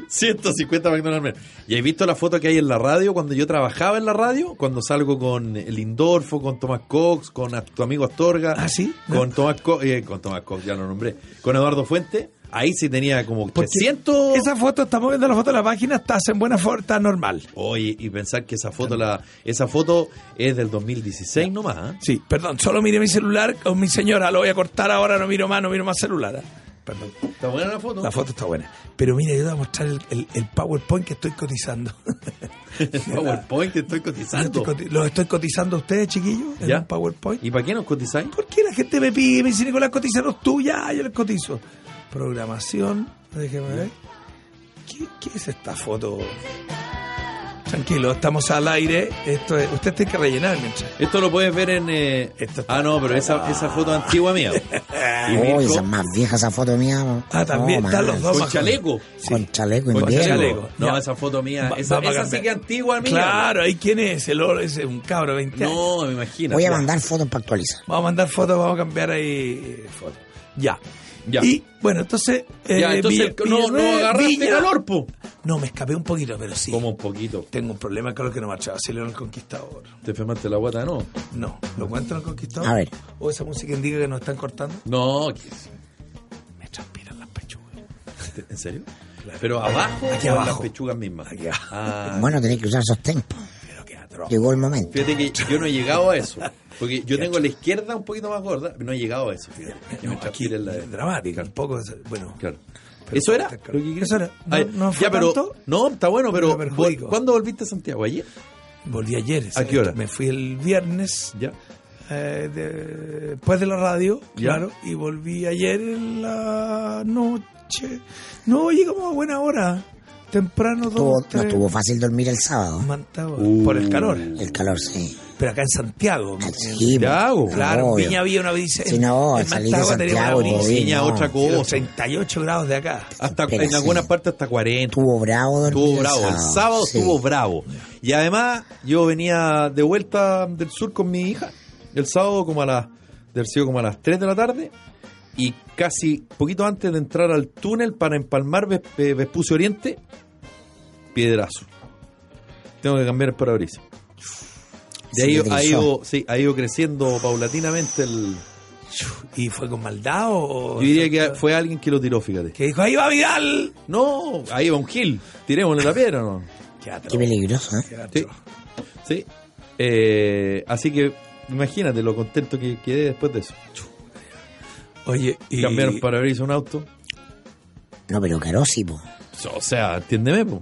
S2: 150 McDonald's. menos. Y he visto la foto que hay en la radio cuando yo trabajaba en la radio, cuando salgo con Lindorfo, con Tomás Cox, con a- tu amigo Astorga.
S1: ¿Ah, sí?
S2: Con Tomás Cox, eh, con Tomás Cox, ya lo nombré. Con Eduardo Fuente. Ahí sí tenía como 300.
S1: Esa foto, estamos viendo la foto de la página, estás en buena forma, está normal.
S2: Oye, y pensar que esa foto la esa foto es del 2016 nomás. ¿eh?
S1: Sí, perdón, solo miré mi celular con mi señora, lo voy a cortar ahora, no miro más, no miro más celular. ¿ah? Perdón.
S2: Está buena la foto.
S1: La foto está buena. Pero mira, yo te voy a mostrar el, el- el PowerPoint que estoy cotizando. [LAUGHS]
S2: PowerPoint, te estoy
S1: Yo estoy
S2: cotizando.
S1: coti- Los estoy cotizando a ustedes, chiquillos, en
S2: ¿Ya?
S1: un PowerPoint.
S2: ¿Y para qué nos cotizáis?
S1: ¿Por qué la gente me pide, me dice, Nicolás, cotízanos tú ya? Yo les cotizo. Programación, déjeme ver. ¿Qué, qué es esta foto? Tranquilo, estamos al aire. Esto es, usted tiene que rellenar mientras.
S2: Esto lo puedes ver en. eh,
S1: Esto está-
S2: ah, no, pero esa, esa foto
S1: [LAUGHS]
S2: antigua mía. Y
S3: Uy,
S2: Mirko,
S3: esa es más vieja esa foto mía.
S1: Ah, también
S3: No,
S1: están
S3: man.
S1: los dos.
S2: con
S1: más
S2: chaleco.
S3: Con chaleco
S2: Con
S1: bien.
S3: invierno.
S2: chaleco. No,
S1: Ya.
S2: esa foto mía.
S1: Va-
S2: esa
S1: va a
S2: esa
S1: cambiar.
S2: sí que es antigua mía.
S1: Claro, ¿y quién es? El oro, ese es un cabro, 20 años.
S2: No, me imagino.
S3: Voy a
S2: Ya.
S3: mandar fotos para actualizar.
S1: Vamos a mandar fotos, vamos a cambiar ahí eh, fotos. Ya.
S2: Ya.
S1: Y bueno, entonces. eh,
S2: Ya,
S1: Villa-
S2: entonces no, no
S1: Villarreal,
S2: agarraste
S1: Viña.
S2: calor, po.
S1: No, me escapé un poquito, pero sí.
S2: Como un poquito.
S1: Tengo un problema, claro que no marchaba. Si León el Conquistador.
S2: Te enfermaste la guata, ¿no?
S1: No, ¿lo cuento en el Conquistador?
S3: A ver.
S1: O esa música indica que nos están cortando.
S2: No, que-
S1: Me transpiran las pechugas.
S2: ¿Te- ¿En serio? Pero abajo,
S1: Aquí
S2: o en
S1: abajo.
S2: las pechugas mismas.
S1: Aquí abajo.
S2: Ah,
S3: Bueno, tenés que usar sostén. po.
S1: Pero qué atroz.
S3: Llegó el momento.
S2: fíjate que yo no he llegado a eso. Porque yo tengo la izquierda un poquito más gorda, pero no he llegado a eso. Fíjate. Me
S1: No, aquí
S2: transpira en la-
S1: es dramática, un poco. es- Bueno,
S2: Claro.
S1: Pero
S2: ¿Eso era?
S1: falta, claro. Eso era. No-
S2: Ay,
S1: no fue
S2: ya, pero,
S1: tanto.
S2: no, está bueno, pero
S1: No me perjudico.
S2: vol- ¿cuándo volviste a Santiago? ¿Ayer?
S1: volví ayer. ¿A
S2: qué hora?
S1: Me fui el viernes.
S2: Ya.
S1: Eh, de- después de la radio,
S2: Ya.
S1: claro, y volví ayer en la noche. No, llegamos a buena hora, temprano,
S3: Estuvo-
S1: dos,
S3: no
S1: tres,
S3: estuvo fácil dormir el sábado.
S1: Mantagua,
S2: Uh.
S1: por el calor.
S3: El calor, sí.
S1: Pero acá en Santiago,
S3: Sí, po.
S2: hago?
S1: claro, en
S3: Obvio.
S1: Viña había una brisa.
S2: [LAUGHS]
S3: Si no,
S1: en
S3: salí de
S1: Mantagua tenía una
S3: Santiago y
S1: brisa,
S3: volví,
S2: Viña,
S3: no.
S2: otra
S1: de
S2: cosa.
S1: los 38 grados de acá.
S2: Hasta,
S3: Espera,
S2: en algunas
S3: sí.
S2: partes hasta 40.
S3: Estuvo bravo dormir
S2: Estuvo
S3: el
S2: bravo. El
S3: sábado.
S2: sábado
S3: sí.
S2: estuvo bravo. Y además, yo venía de vuelta del sur con mi hija. El sábado, como a las. del sido como a las 3 de la tarde. Y casi poquito antes de entrar al túnel para empalmar Ves- Ve- Vespucio Oriente, eh, piedrazo. Tengo que cambiar el parabrisas. De
S3: Se
S2: ahí
S3: le
S2: ha
S3: erizó.
S2: ido, sí, ha ido creciendo paulatinamente el.
S1: ¿Y fue con maldad o.?
S2: Yo diría que fue alguien que lo tiró, fíjate.
S1: Que dijo, ahí va Vidal.
S2: No, ahí va un gil. Tirémosle la piedra, ¿no?
S1: Qué
S3: Qué
S1: atroz.
S3: peligroso, ¿eh?
S1: qué
S2: Sí.
S1: atroz.
S2: Sí. Eh, así que imagínate lo contento que quedé después de eso.
S1: Oye, y.
S2: Cambiaron parabrisas a un auto.
S3: No, pero carósimo.
S2: O sea, entiéndeme, po.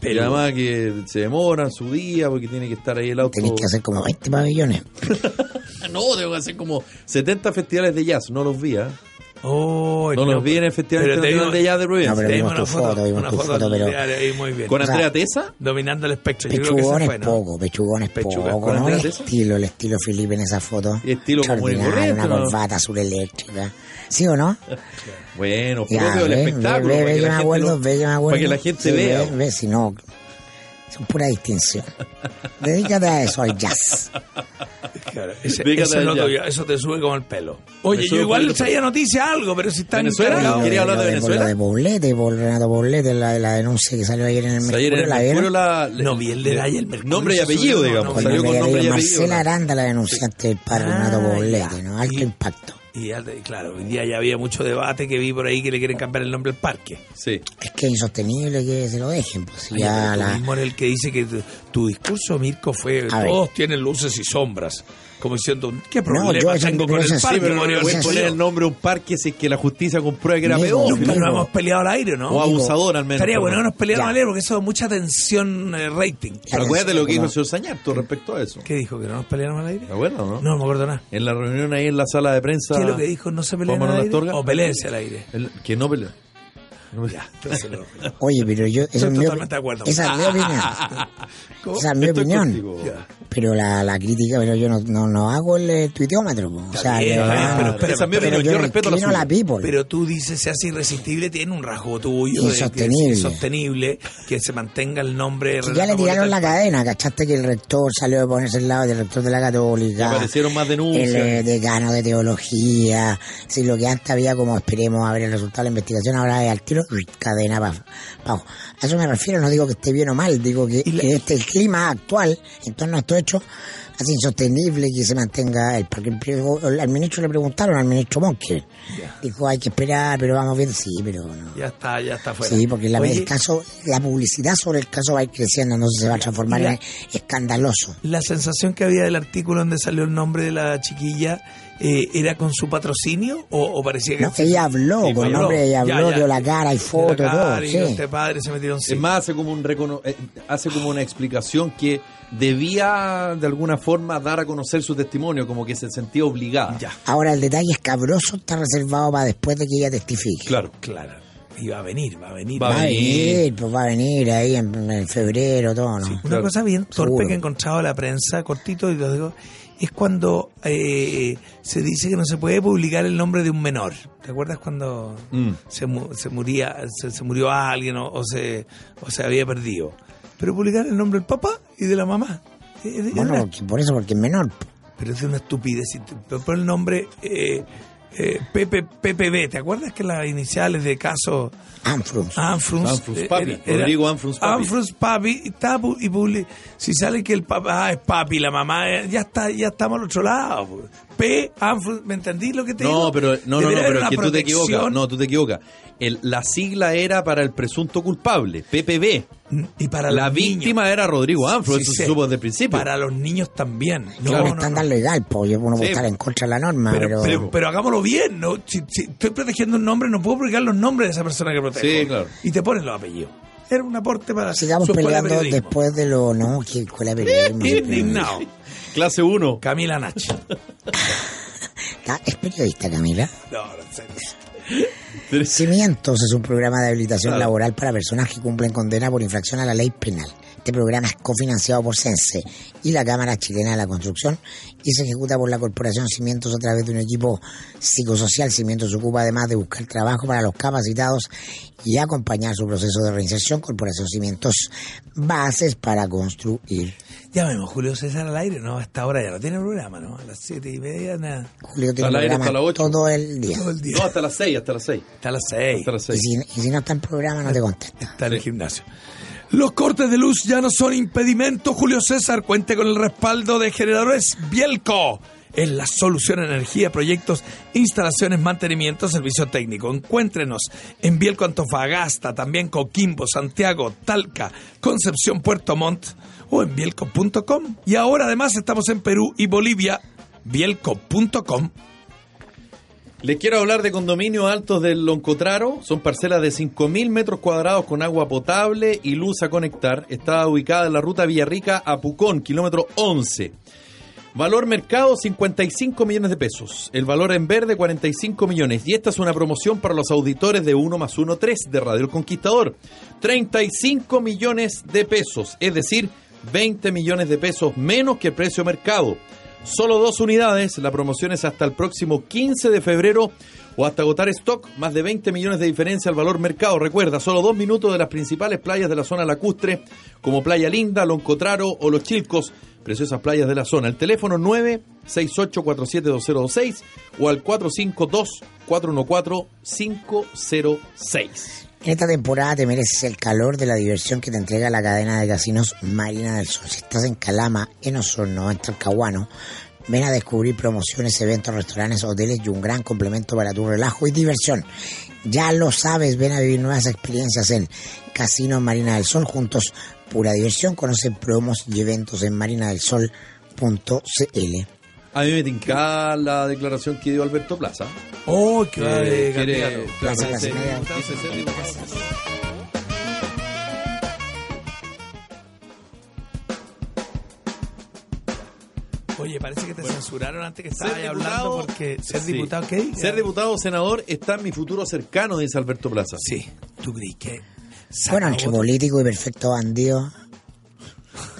S2: Pero
S1: Pero-
S2: además que se demoran su día porque tiene que estar ahí el auto. Ah,
S3: Tenés que hacer como 20 pabellones.
S2: No, tengo que hacer como 70 festivales de jazz. No los vi, ¿eh?
S1: Oh,
S2: Pues No los vi en el Festival
S1: Pero te
S2: Internacional
S1: vimos-
S2: de Jazz de
S3: No,
S2: Providencia. ¿Eh?
S3: pero
S1: Te dimos
S3: vimos
S1: una
S3: tu
S1: foto,
S3: foto, vimos
S1: una
S3: tu
S1: foto
S3: foto, pero-
S1: de- ahí muy bien.
S2: Con
S1: O sea,
S2: Andrea Tesa.
S1: dominando el espectro. Yo creo que esa
S3: Pechugones
S1: fue, ¿no?
S3: poco, pechugones
S1: Pechuga,
S3: poco.
S1: ¿cuál
S3: ¿no?
S1: era
S3: El
S1: ese?
S3: estilo, el estilo Felipe en esa foto.
S2: Estilo común y
S3: Extraordinario,
S2: corriente,
S3: Una
S2: ¿no?
S3: corbata azul eléctrica. ¿Sí o no?
S2: Bueno,
S3: Ya,
S2: propio del
S3: ve,
S2: espectáculo.
S3: Ve,
S2: para
S3: ve
S2: que
S3: que
S2: la
S3: me
S2: gente
S3: acuerdo,
S2: lo-
S3: ve que me acuerdo.
S2: para que la gente
S3: Sí,
S2: vea.
S3: Ve, ve, si no. Son pura distinción. Dedícate a eso,
S2: [LAUGHS]
S3: al jazz.
S1: Claro, ese-
S2: Dígate
S1: eso es lo
S2: ya.
S1: tuyo, eso te sube como el pelo.
S2: Me
S1: Oye,
S2: sube
S1: yo
S2: como
S1: igual
S2: el
S1: traía noticia algo, pero si está
S2: Venezuela,
S1: encargado.
S2: ¿Quería hablar de
S3: Lo
S2: Venezuela?
S3: lo de Poblete, por Renato Poblete, la, la denuncia que salió ayer en el
S2: o sea,
S3: Mercurio.
S2: ayer en el
S3: ¿la vieron?
S2: Mercurio la-
S1: No vi el de ayer, el Mercurio
S2: Nombre y
S1: se
S2: apellido,
S1: subió, no,
S2: digamos.
S1: no,
S2: salió
S3: Con
S2: con
S3: el
S2: nombre y
S3: apellido
S2: apellido.
S3: Marcela Aranda, la denunciante del padre
S1: Ah,
S3: Renato
S1: ya.
S3: Poblete, ¿no? Alto
S1: Y-
S3: impacto.
S1: Y ya te- claro, hoy día ya había mucho debate que vi por ahí que le quieren cambiar el nombre al parque.
S2: Sí.
S3: Es que es insostenible que se lo dejen, pues si
S1: Oye, pero
S3: ya
S1: tú
S3: la...
S1: mismo eres el que dice que tu, tu discurso, Mirko, fue
S3: A ver.
S1: todos tienen luces y sombras. Como diciendo, ¿qué
S3: yo
S1: problema
S3: eso-
S1: tengo con
S3: pero eso
S1: el
S3: es-
S1: parque?
S3: sí, pero no
S1: Mario
S3: le voy a
S2: Pueden
S1: Alberto?
S2: poner el nombre Ah, a un parque si es que la justicia compruebe que era
S3: Amigo,
S2: pedófilo.
S1: Nunca
S3: Digo.
S1: nos hemos peleado al aire, ¿no?
S2: O abusador, al menos.
S1: Estaría
S2: por
S1: bueno
S2: lo
S1: que
S2: menos.
S1: nos peleáramos
S3: Ya.
S1: al aire porque eso da mucha tensión eh, rating.
S2: Pero acuérdate lo que dijo
S3: Pero-
S2: el señor Sañarto respecto a eso.
S1: ¿Qué dijo? ¿Que no nos peleáramos al aire?
S2: ¿Te acuerdas, no?
S1: No, no me acuerdo nada.
S2: En la reunión ahí en la sala de prensa.
S1: ¿Qué es lo que dijo? ¿No se peleen
S2: Juan
S1: al
S2: Manuel
S1: aire?
S2: Astorga.
S1: O peleense al aire.
S2: El- que no pelea. No-
S3: Oye, pero yo... Esa
S1: Estoy
S3: es mi,
S1: totalmente de
S3: opi-
S1: acuerdo.
S2: [LAUGHS]
S3: esa es mi opinión.
S2: ¿Cómo?
S3: Esa es mi
S2: Estoy
S3: opinión.
S2: contigo.
S1: Ya.
S3: Pero la, la crítica, pero yo no, no, no hago el, eh, tuiteómetro, pues. o
S1: Está
S3: sea,
S1: bien,
S3: de
S1: está bien,
S3: verdad,
S1: pero espérame,
S2: Esa es mi
S1: pero
S2: opinión. Yo,
S3: le
S2: respeto la
S3: escribo
S2: suya.
S3: la people.
S1: Pero tú dices, se hace irresistible, tiene un rasgo tuyo de-
S3: Insostenible.
S1: que es insostenible, que se mantenga el nombre de
S3: Si ya le
S1: Renato
S3: tiraron la
S1: Poblete.
S3: cadena, ¿cachaste que el rector salió de ponerse al lado del rector de la
S2: Ya
S3: católica?
S2: aparecieron más denuncias.
S3: el eh, decano de teología, si lo que antes había como esperemos a ver el resultado de la investigación, ahora es al tiro uy, cadena pa- pa- A eso me refiero, no digo que esté bien o mal, digo que, que este el clima actual en torno a estos hechos hace insostenible que se mantenga el parque. El- Al ministro le preguntaron, al ministro Monque, dijo hay que esperar, pero vamos bien, sí, pero no.
S1: Ya está, ya está fuera.
S3: Sí, porque la,
S1: Oye,
S3: el caso, la publicidad sobre el caso va a ir creciendo, entonces se va a transformar
S1: la-
S3: en escandaloso.
S1: la sensación que había del artículo donde salió el nombre de la chiquilla, eh, ¿era con su patrocinio o, o parecía que...
S3: No, ella habló,
S2: Sí,
S3: con
S2: habló.
S3: nombre, ella
S1: Ya,
S3: habló,
S1: ya.
S3: dio la cara, hay fotos,
S1: de la cara
S3: todo.
S1: y
S3: sí.
S1: este padre se metieron
S2: Es más, hace como, un recono- eh, hace como una explicación que debía de alguna forma dar a conocer su testimonio, como que se sentía obligada.
S1: Ya,
S3: Ahora, el detalle escabroso está reservado para después de que ella testifique.
S2: Claro.
S1: claro. Y va a venir, va a venir.
S2: Va a
S3: Va a
S2: venir.
S3: venir, pues va a venir ahí en, en febrero, todo, ¿no?
S1: Una
S2: Claro,
S1: cosa bien torpe
S3: seguro.
S1: que he encontrado en la prensa, cortito y lo digo, es cuando eh, se dice que no se puede publicar el nombre de un menor. ¿Te acuerdas cuando
S2: Mm.
S1: se, mu- se moría, se, se murió alguien o, o se, o se había perdido? Pero publicar el nombre del papá y de la mamá. Es- es
S3: Bueno,
S1: una-
S3: porque- por eso, porque es menor. po.
S1: pero es una estupidez. Si te- te pone el nombre eh, eh, PP, PPB, ¿te acuerdas que las iniciales de caso...
S3: Anfrums.
S1: Anfrunz,
S2: Anfrunz
S1: eh,
S2: Papi, Rodrigo Anfrunz Papi.
S1: Anfrunz Papi, y está pu- y publi- si sale que el papá es papi, la mamá es- ya está, ya estamos al otro lado. pu. P, Anfrunz, ¿me entendí lo que te digo?
S2: No, pero no, no, no,
S1: Debería haber
S2: pero es
S1: una
S2: que tú te
S1: protección.
S2: equivocas. No, tú te equivocas. El- la sigla era para el presunto culpable, PPB.
S1: Y para
S2: La
S1: los niños.
S2: víctima era Rodrigo Anfro,
S1: Sí,
S2: eso
S1: sí.
S2: se supo desde el principio.
S1: Para los niños también. No,
S3: Claro,
S1: no, no.
S3: estándar legal, pues uno
S2: Sí.
S3: puede estar en contra de la norma,
S1: Pero,
S3: pero...
S1: pero- pero hagámoslo bien, ¿no? Si, si estoy protegiendo un nombre, no puedo publicar los nombres de esa persona que protejo.
S2: Sí, claro.
S1: Y te pones los apellidos. Era un aporte para
S3: Sigamos
S1: su escuela de
S3: peleando
S1: periodismo. Eh,
S3: después de lo... No, que escuela de periodismo.
S1: Indignado.
S2: Clase 1.
S1: Camila Nachi.
S3: Está- Es periodista, Camila.
S1: No, no, en serio.
S3: Cimientos es un programa de habilitación
S2: Claro.
S3: laboral para personas que cumplen condena por infracción a la ley penal. Este programa es cofinanciado por CENSE y la Cámara Chilena de la Construcción y se ejecuta por la Corporación Cimientos a través de un equipo psicosocial. Cimientos se ocupa además de buscar trabajo para los capacitados y acompañar su proceso de reinserción. Corporación Cimientos, bases para construir.
S1: Llamemos Julio César al aire, ¿no? Hasta ahora ya no tiene programa, ¿no? A las siete y media, nada.
S3: Julio tiene
S2: Al aire
S3: programa
S2: hasta las ocho.
S3: todo el día.
S1: Todo el día.
S2: [LAUGHS] No, hasta las 6, hasta las 6.
S1: Hasta las seis.
S2: Hasta las
S3: Y
S2: 6.
S3: si, y si no está en programa no te contesta.
S1: Está en el gimnasio. Los cortes de luz ya no son impedimento, Julio César. Cuente con el respaldo de generadores Bielco. Es la solución en energía, proyectos, instalaciones, mantenimiento, servicio técnico. Encuéntrenos en Bielco Antofagasta, también Coquimbo, Santiago, Talca, Concepción, Puerto Montt o en bielco.com. Y ahora además estamos en Perú y Bolivia, bielco.com
S2: Les quiero hablar de condominios altos del Loncotraro. Son parcelas de 5.000 metros cuadrados con agua potable y luz a conectar. Está ubicada en la ruta Villarrica a Pucón, kilómetro 11. Valor mercado 55 millones de pesos. El valor en verde 45 millones. Y esta es una promoción para los auditores de 1 más 1 3 de Radio El Conquistador. 35 millones de pesos. Es decir, 20 millones de pesos menos que el precio mercado. Solo dos unidades. La promoción es hasta el próximo 15 de febrero o hasta agotar stock. Más de 20 millones de diferencia al valor mercado. Recuerda, solo dos minutos de las principales playas de la zona lacustre, como Playa Linda, Loncotraro o Los Chilcos. Preciosas playas de la zona. El teléfono 968472026 o al 452-414-506.
S3: En esta temporada te mereces el calor de la diversión que te entrega la cadena de casinos Marina del Sol. Si estás en Calama, en Osorno, en Talcahuano, ven a descubrir promociones, eventos, restaurantes, hoteles y un gran complemento para tu relajo y diversión. Ya lo sabes, ven a vivir nuevas experiencias en Casino Marina del Sol. Juntos, pura diversión. Conoce promos y eventos en marinadelsol.cl.
S2: A mí me tincaba la declaración que dio Alberto Plaza.
S1: ¡Oh, qué
S2: que quiere-
S1: candidato.
S2: claro,
S3: Plaza, Plaza,
S2: dice-
S3: Plaza.
S2: dice ser de la casa.
S1: Oye, parece que te censuraron antes que
S2: Ser
S1: estabas ahí
S2: diputado-
S1: hablando porque ser
S2: Sí.
S1: diputado, ¿qué?
S2: Ser diputado o senador está en mi futuro cercano, dice Alberto Plaza.
S1: Sí, tú crees que.
S3: Bueno,
S1: saca
S3: entre
S1: voto?
S3: político y perfecto bandido,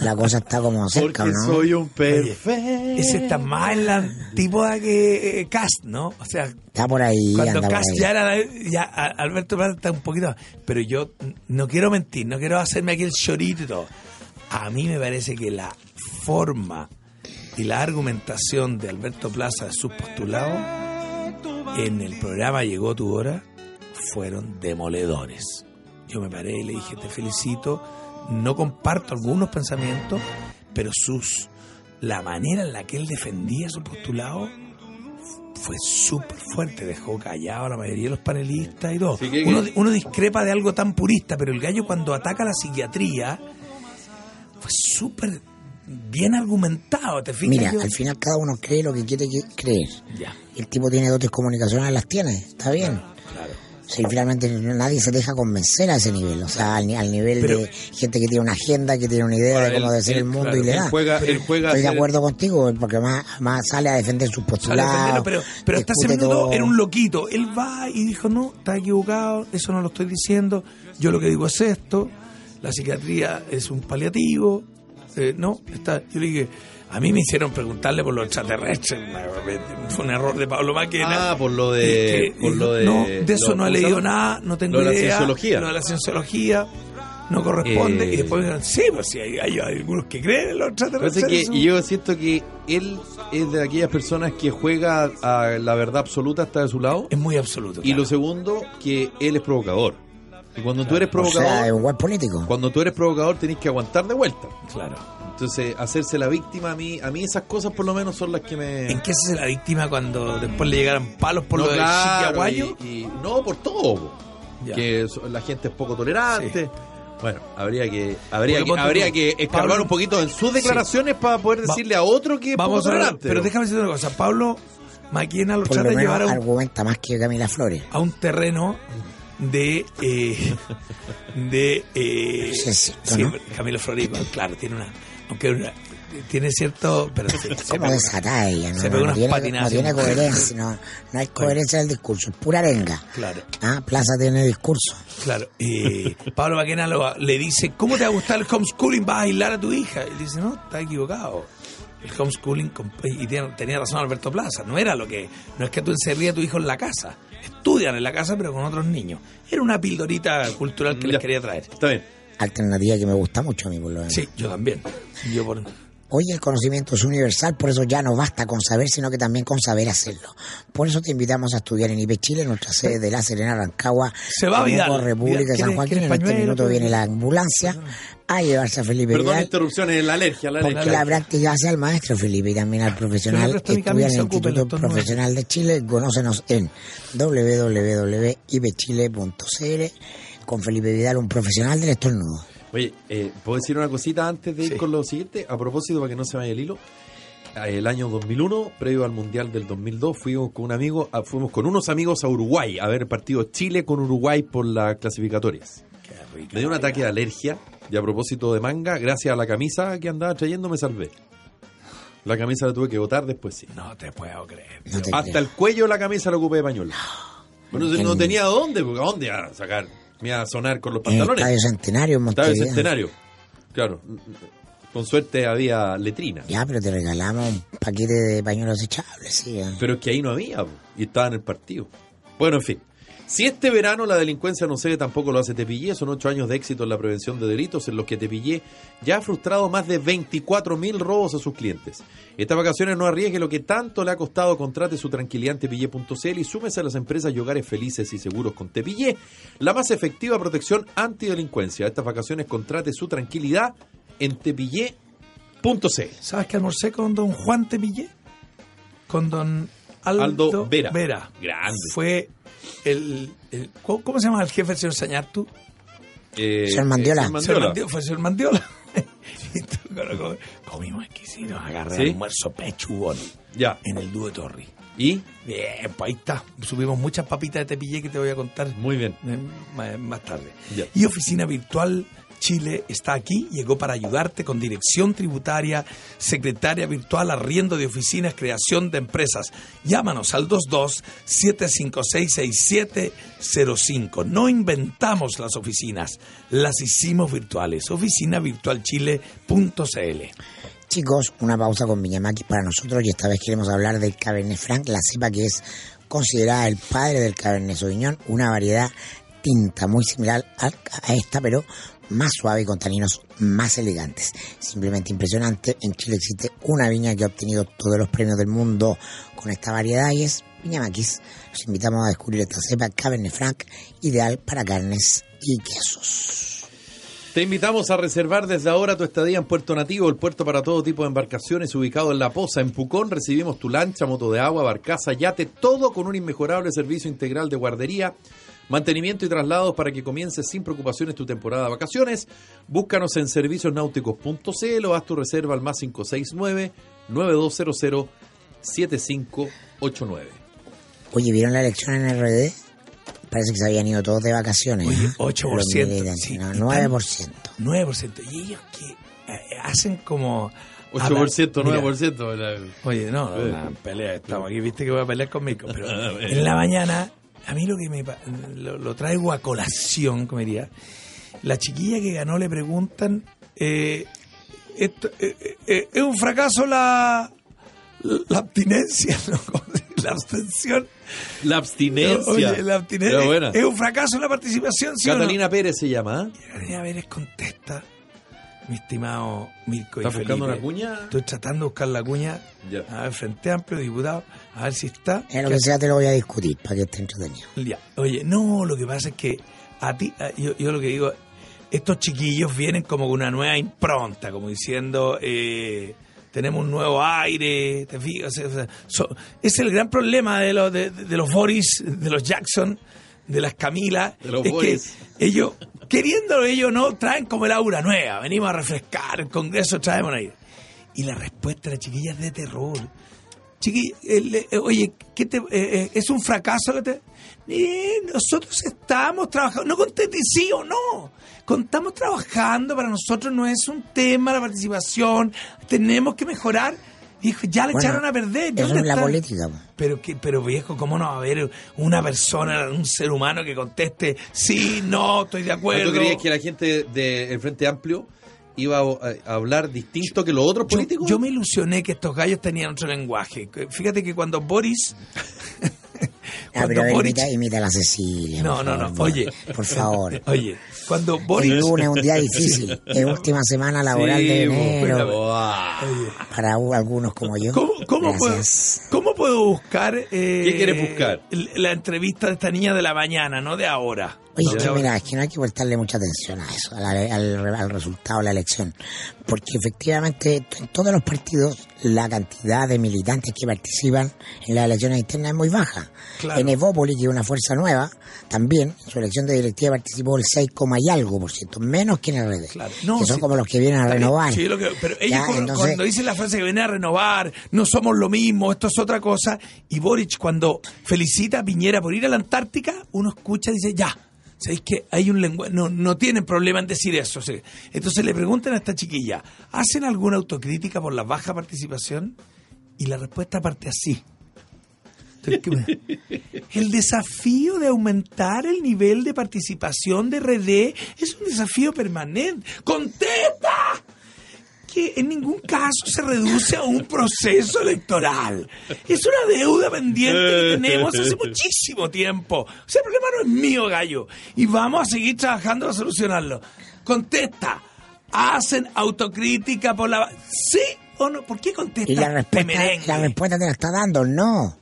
S3: la cosa está como
S2: [LAUGHS]
S3: cerca,
S2: Porque
S3: ¿o ¿no?
S2: soy un perfecto.
S1: Ese está más en la antípoda que eh, Cast, ¿no? O sea,
S3: Está por ahí,
S1: cuando
S3: anda por
S1: Cast
S3: ahí.
S1: ya era. la- ya a- Alberto Plaza está un poquito. más. Pero yo n- no quiero mentir, no quiero hacerme aquí el chorito y todo. A mí me parece que la forma y la argumentación de Alberto Plaza de sus postulados en el programa Llegó tu hora fueron demoledores. Yo me paré y le dije, te felicito, no comparto algunos pensamientos, pero sus la manera en la que él defendía su postulado fue súper fuerte, dejó callado a la mayoría de los panelistas y todo.
S2: Sí, que-
S1: Uno, uno discrepa de algo tan purista, pero el gallo cuando ataca la psiquiatría fue súper bien argumentado, ¿te fijas?
S3: Mira,
S1: Yo-
S3: al final cada uno cree lo que quiere que- creer.
S1: Ya,
S3: El tipo tiene dotes comunicacionales, las tiene, está bien.
S1: claro.
S3: Sí, finalmente nadie se deja convencer a ese nivel, o sea, al, ni- al nivel
S1: Pero-
S3: de gente que tiene una agenda, que tiene una idea
S2: Ahora,
S3: de cómo
S2: él-
S3: decir
S2: él,
S3: el mundo
S2: claro,
S3: y le
S2: él
S3: da.
S2: juega- él juega a
S3: Estoy de
S2: ser-
S3: acuerdo contigo, eh, porque más, más sale a defender sus
S1: Sale a defenderlo,
S3: postulados.
S1: pero, pero hasta ese
S3: discute
S1: minuto
S3: todo.
S1: era un loquito. Él va y dijo, no, está equivocado, eso no lo estoy diciendo, yo lo que digo es esto, la psiquiatría es un paliativo, eh, no, está, yo le dije, a mí me hicieron preguntarle por los extraterrestres, fue un error de Pablo Máquina.
S2: Ah, por lo de.
S1: Y- y-
S2: por lo de
S1: no, de eso
S2: lo-
S1: no he
S2: ¿cómo se
S1: leído
S2: llama?
S1: nada, no tengo
S2: Lo de la
S1: idea.
S2: cienciología.
S1: Lo de la cienciología no corresponde.
S2: Eh.
S1: Y después me dijeron, sí, pues sí, hay, hay algunos que creen en los
S2: Parece
S1: extraterrestres.
S2: que
S1: eso.
S2: y yo siento que él es de aquellas personas que juega a la verdad absoluta hasta de su lado.
S1: Es muy absoluto.
S2: Y
S1: claro.
S2: lo segundo, que él es provocador. Y cuando tú eres
S3: O sea, es
S2: provocador,
S3: un buen político.
S2: cuando tú eres provocador tenés que aguantar de vuelta.
S1: Claro.
S2: Entonces, hacerse la víctima a mí, a mí esas cosas por lo menos son las que me
S1: ¿En qué se hace la víctima cuando después le llegaran palos por
S2: No,
S1: lo del
S2: claro,
S1: chiquiaguayo?
S2: y- y- no, por todo. po.
S1: Ya.
S2: Que so- la gente es poco tolerante. Bueno, habría que habría
S1: Porque
S2: que,
S1: ponte
S2: habría
S1: tú,
S2: que escarbar
S1: Pablo-
S2: un poquito en sus declaraciones para poder
S1: Va-
S2: decirle a otro que es
S1: Vamos
S2: poco
S1: a hablar,
S2: tolerante.
S1: pero
S2: po.
S1: déjame decir una cosa. Pablo Maquina lo
S3: Por
S1: trata
S3: lo
S1: de
S3: menos
S1: llevar a un,
S3: argumenta más que Camila Flores.
S1: a un terreno de... eh, de eh,
S3: Sí, es cierto,
S1: sí,
S3: ¿no?
S1: Camilo Florico, claro, tiene una... Aunque una- tiene cierto... Pero se, se
S3: ¿Cómo
S1: pega-
S3: desatada ella? No,
S1: se pegó
S3: no, no
S1: unas
S3: tiene,
S1: patinadas.
S3: no tiene coherencia, no, no hay coherencia del discurso, es pura arenga.
S1: Claro.
S3: Ah, Plaza tiene discurso.
S1: Claro, eh, [LAUGHS] Pablo Maquena lo- le dice, ¿cómo te va a gustar el homeschooling? ¿Vas a aislar a tu hija? Y dice, no, está equivocado. El homeschooling, comp- y tiene- tenía razón Alberto Plaza, no era lo que, no es que tú encerrías a tu hijo en la casa, estudian en la casa pero con otros niños. Era una pildorita cultural que
S2: Ya.
S1: les quería traer.
S2: Está bien.
S3: Alternativa que me gusta mucho a mí, por lo menos.
S1: Sí, yo también. Yo por-
S3: Hoy el conocimiento es universal, por eso ya no basta con saber, sino que también con saber hacerlo. Por eso te invitamos a estudiar en IPE Chile, en nuestra sede de La Serena, Rancagua,
S1: Se va
S3: Temuco,
S1: Vidal.
S3: República
S1: Vidal,
S3: de San
S1: ¿quiere-
S3: Joaquín.
S1: quiere
S3: En este
S1: pañuelo?
S3: minuto viene la ambulancia a llevarse a Felipe
S2: Perdón,
S3: Vidal,
S2: interrupciones, la alergia, la
S3: porque
S2: alergia.
S3: la práctica hace al maestro Felipe y también al
S1: Pero el resto
S3: profesional.
S1: de mi
S3: Estudia en
S1: camisa
S3: el
S1: ocupa el
S3: Instituto
S1: entorno de-
S3: Profesional de Chile. Conócenos en E www.ipechile.cl con Felipe Vidal, un profesional del estornudo.
S2: Oye, eh, ¿puedo decir una cosita antes de ir
S1: Sí.
S2: con lo siguiente? A propósito, para que no se vaya el hilo. eh, El año 2001, previo al Mundial del 2002, fuimos con un amigo, a- fuimos con unos amigos a Uruguay a ver el partido Chile con Uruguay por las clasificatorias. Me dio un ataque de alergia y a propósito de manga, gracias a la camisa que andaba trayendo me salvé. La camisa la tuve que botar después, sí.
S1: No te puedo creer.
S3: No te
S2: Hasta
S3: creo.
S2: el cuello de la camisa la ocupé de pañuelo. Bueno, no
S3: entiendo.
S2: tenía dónde, porque ¿a dónde iba a sacar? Me iba a sonar con los
S3: En el
S2: pantalones.
S3: Estadio Eh, Centenario en
S2: Estaba el
S3: Montevideo.
S2: centenario. Claro. Con suerte había letrina.
S3: Ya, pero te regalamos un paquete de pañuelos desechables, sí. eh.
S2: Pero es que ahí no había. po, Y estaba en el partido. Bueno, en fin. Si este verano la delincuencia no cede, tampoco lo hace Tepillé. Son ocho años de éxito en la prevención de delitos en los que Tepillé ya ha frustrado más de 24 mil robos a sus clientes. Estas vacaciones no arriesgue lo que tanto le ha costado. Contrate su tranquilidad en tepillé.cl y súmese a las empresas y hogares felices y seguros con Tepillé. La más efectiva protección antidelincuencia. Estas vacaciones contrate su tranquilidad en tepillé.cl.
S1: ¿Sabes que almorcé con don Juan Tepillé? Con don Aldo,
S2: Aldo Vera.
S1: Vera.
S2: Grande.
S1: Fue el, el- ¿cómo, cómo se llama el jefe del señor Sañartu?
S2: Eh,
S3: Señor Mandiola.
S2: señor
S1: Señor Mandiola, Fue el señor Mandiola. [LAUGHS] Y tú, bueno, com- Comimos exquisitos, agarré
S2: ¿Sí?
S1: almuerzo pechugón
S2: Ya.
S1: en el dúo de Torri.
S2: Y
S1: Bien, pues ahí está. Subimos muchas papitas de Tepillé que te voy a contar
S2: muy bien.
S1: eh, ma- más tarde.
S2: Ya.
S1: Y Oficina Virtual Chile está aquí, llegó para ayudarte con dirección tributaria, secretaria virtual, arriendo de oficinas, creación de empresas. Llámanos al 22-756-6705. No inventamos las oficinas, las hicimos virtuales. Oficinavirtualchile.cl
S3: Chicos, una pausa con Viñamaki para nosotros y esta vez queremos hablar del Cabernet Franc, la cepa que es considerada el padre del Cabernet Sauvignon, una variedad tinta muy similar al- a esta, pero más suave y con taninos más elegantes. Simplemente impresionante, en Chile existe una viña que ha obtenido todos los premios del mundo con esta variedad y es Viñamaquis. Los invitamos a descubrir esta cepa Cabernet Franc, ideal para carnes y quesos.
S2: Te invitamos a reservar desde ahora tu estadía en Puerto Nativo, el puerto para todo tipo de embarcaciones ubicado en La Poza, en Pucón. Recibimos tu lancha, moto de agua, barcaza, yate, todo con un inmejorable servicio integral de guardería, mantenimiento y traslados para que comiences sin preocupaciones tu temporada de vacaciones. Búscanos en serviciosnáuticos.cl o haz tu reserva al más 569-9200-7589.
S3: Oye, ¿vieron la elección en RD? Parece que se habían ido todos de vacaciones.
S1: Oye,
S3: ¿eh?
S1: 8%,
S3: Los militantes,
S1: sí,
S3: no,
S1: y tan-
S3: 9%.
S1: 9%. Y ellos que eh, hacen como...
S2: 8%,
S1: Hablan- Ah, Mira,
S2: 9%. la-
S1: Oye, no,
S2: Eh.
S1: una pelea, estamos aquí, viste que voy a pelear conmigo,
S2: [LAUGHS]
S1: pero en la mañana, a mí lo que me pa- lo, lo traigo a colación, como diría, la chiquilla que ganó le preguntan, eh, esto, eh, eh, eh, ¿es un fracaso la, la abstinencia, [LAUGHS] no? ¿Cómo se dice? la abstención?
S2: La abstinencia.
S1: Oye, la abstinencia,
S2: Era buena.
S1: ¿es un fracaso la participación? ¿sí o no?
S2: Catalina Pérez se llama, ¿eh?
S1: Catalina Pérez contesta, mi estimado Mirko y
S2: ¿Estás buscando
S1: Felipe.
S2: una cuña?
S1: Estoy tratando de buscar la cuña.
S2: Ya. Ah,
S1: A ver, Frente Amplio, diputado, a ver si está.
S3: En Eh, lo que sea te lo voy a discutir para que esté entretenido.
S1: Ya. Oye, no, lo que pasa es que a ti, a- yo, yo lo que digo, estos chiquillos vienen como con una nueva impronta, como diciendo, eh, tenemos un nuevo aire, te fijas. O sea, so- es el gran problema de los, de, de los Boris, de los Jackson, de las Camila.
S2: De los
S1: es
S2: Boris.
S1: que ellos, queriéndolo ellos no, traen como el aura nueva, venimos a refrescar, el Congreso traemos un aire. Y la respuesta de la chiquilla es de terror. Chiqui, el, eh, oye, ¿qué te, eh, eh, ¿es un fracaso? que te- Eh, nosotros estamos trabajando, no contesté sí o no. Contamos trabajando, para nosotros no es un tema la participación, tenemos que mejorar. Dijo, ya le
S3: Bueno,
S1: echaron a perder. Eh,
S3: Eso
S1: ¿dónde
S3: es la
S1: está?
S3: política. pues. po.
S1: Pero, que, pero viejo, ¿cómo no va a haber una persona, un ser humano que conteste sí, no, estoy de acuerdo?
S2: ¿Tú creías que la gente del Frente Amplio iba a, a hablar distinto que los otros
S1: Yo-
S2: políticos?
S1: Yo, me
S3: [LAUGHS]
S1: ilusioné que estos gallos tenían otro lenguaje. Fíjate que cuando Boris.
S3: Ah,
S1: cuando
S3: pero a ver,
S1: Boric...
S3: imita, imita a la Cecilia.
S1: No,
S3: por
S1: no,
S3: favor,
S1: no, oye. [LAUGHS]
S3: Por favor.
S1: Oye, cuando Boric...
S3: El lunes es un
S1: [LAUGHS]
S3: día difícil. Es última semana laboral de
S2: Sí,
S1: pero-
S3: enero.
S2: buah.
S1: Oye,
S3: Para u- algunos como yo.
S1: ¿Cómo, cómo, puedo,
S3: Gracias.
S1: ¿Cómo puedo buscar... eh,
S2: ¿Qué quieres buscar?
S1: l- La entrevista de esta niña de la mañana, no de ahora.
S3: Oye,
S1: No
S3: es
S1: de
S3: que
S1: ahora.
S3: mira, es que no hay que prestarle mucha atención a eso, a la- al, re- al resultado de la elección. Porque efectivamente t- en todos los partidos la cantidad de militantes que participan en las elecciones internas es muy baja.
S1: Claro.
S3: En Evópoli, que es una fuerza nueva, también en su elección de directiva participó el 6, coma y algo por ciento, menos que en RD,
S1: Claro. No,
S3: que son
S1: sí.
S3: como los que vienen a
S1: Está bien,
S3: renovar.
S1: sí, lo que- pero ellos
S3: Ya,
S1: cuando,
S3: entonces-
S1: cuando dicen la frase que viene a renovar, no somos lo mismo, esto es otra cosa, y Boric cuando felicita a Piñera por ir a la Antártica, uno escucha y dice, ya, ¿sabéis que hay un lenguaje? No, no tienen problema en decir eso. o sea. Entonces le preguntan a esta chiquilla, ¿hacen alguna autocrítica por la baja participación? Y la respuesta parte así. Entonces, ¿qué- El desafío de aumentar el nivel de participación de RD es un desafío permanente. ¡Contesta! Que en ningún caso se reduce a un proceso electoral. Es una deuda pendiente que tenemos hace muchísimo tiempo. O sea, el problema no es mío, gallo. Y vamos a seguir trabajando para solucionarlo. Contesta. ¿Hacen autocrítica por la... ¿Sí o no? ¿Por qué contesta?
S3: Y la respuesta,
S1: Temerengue?
S3: la respuesta te la está dando, no.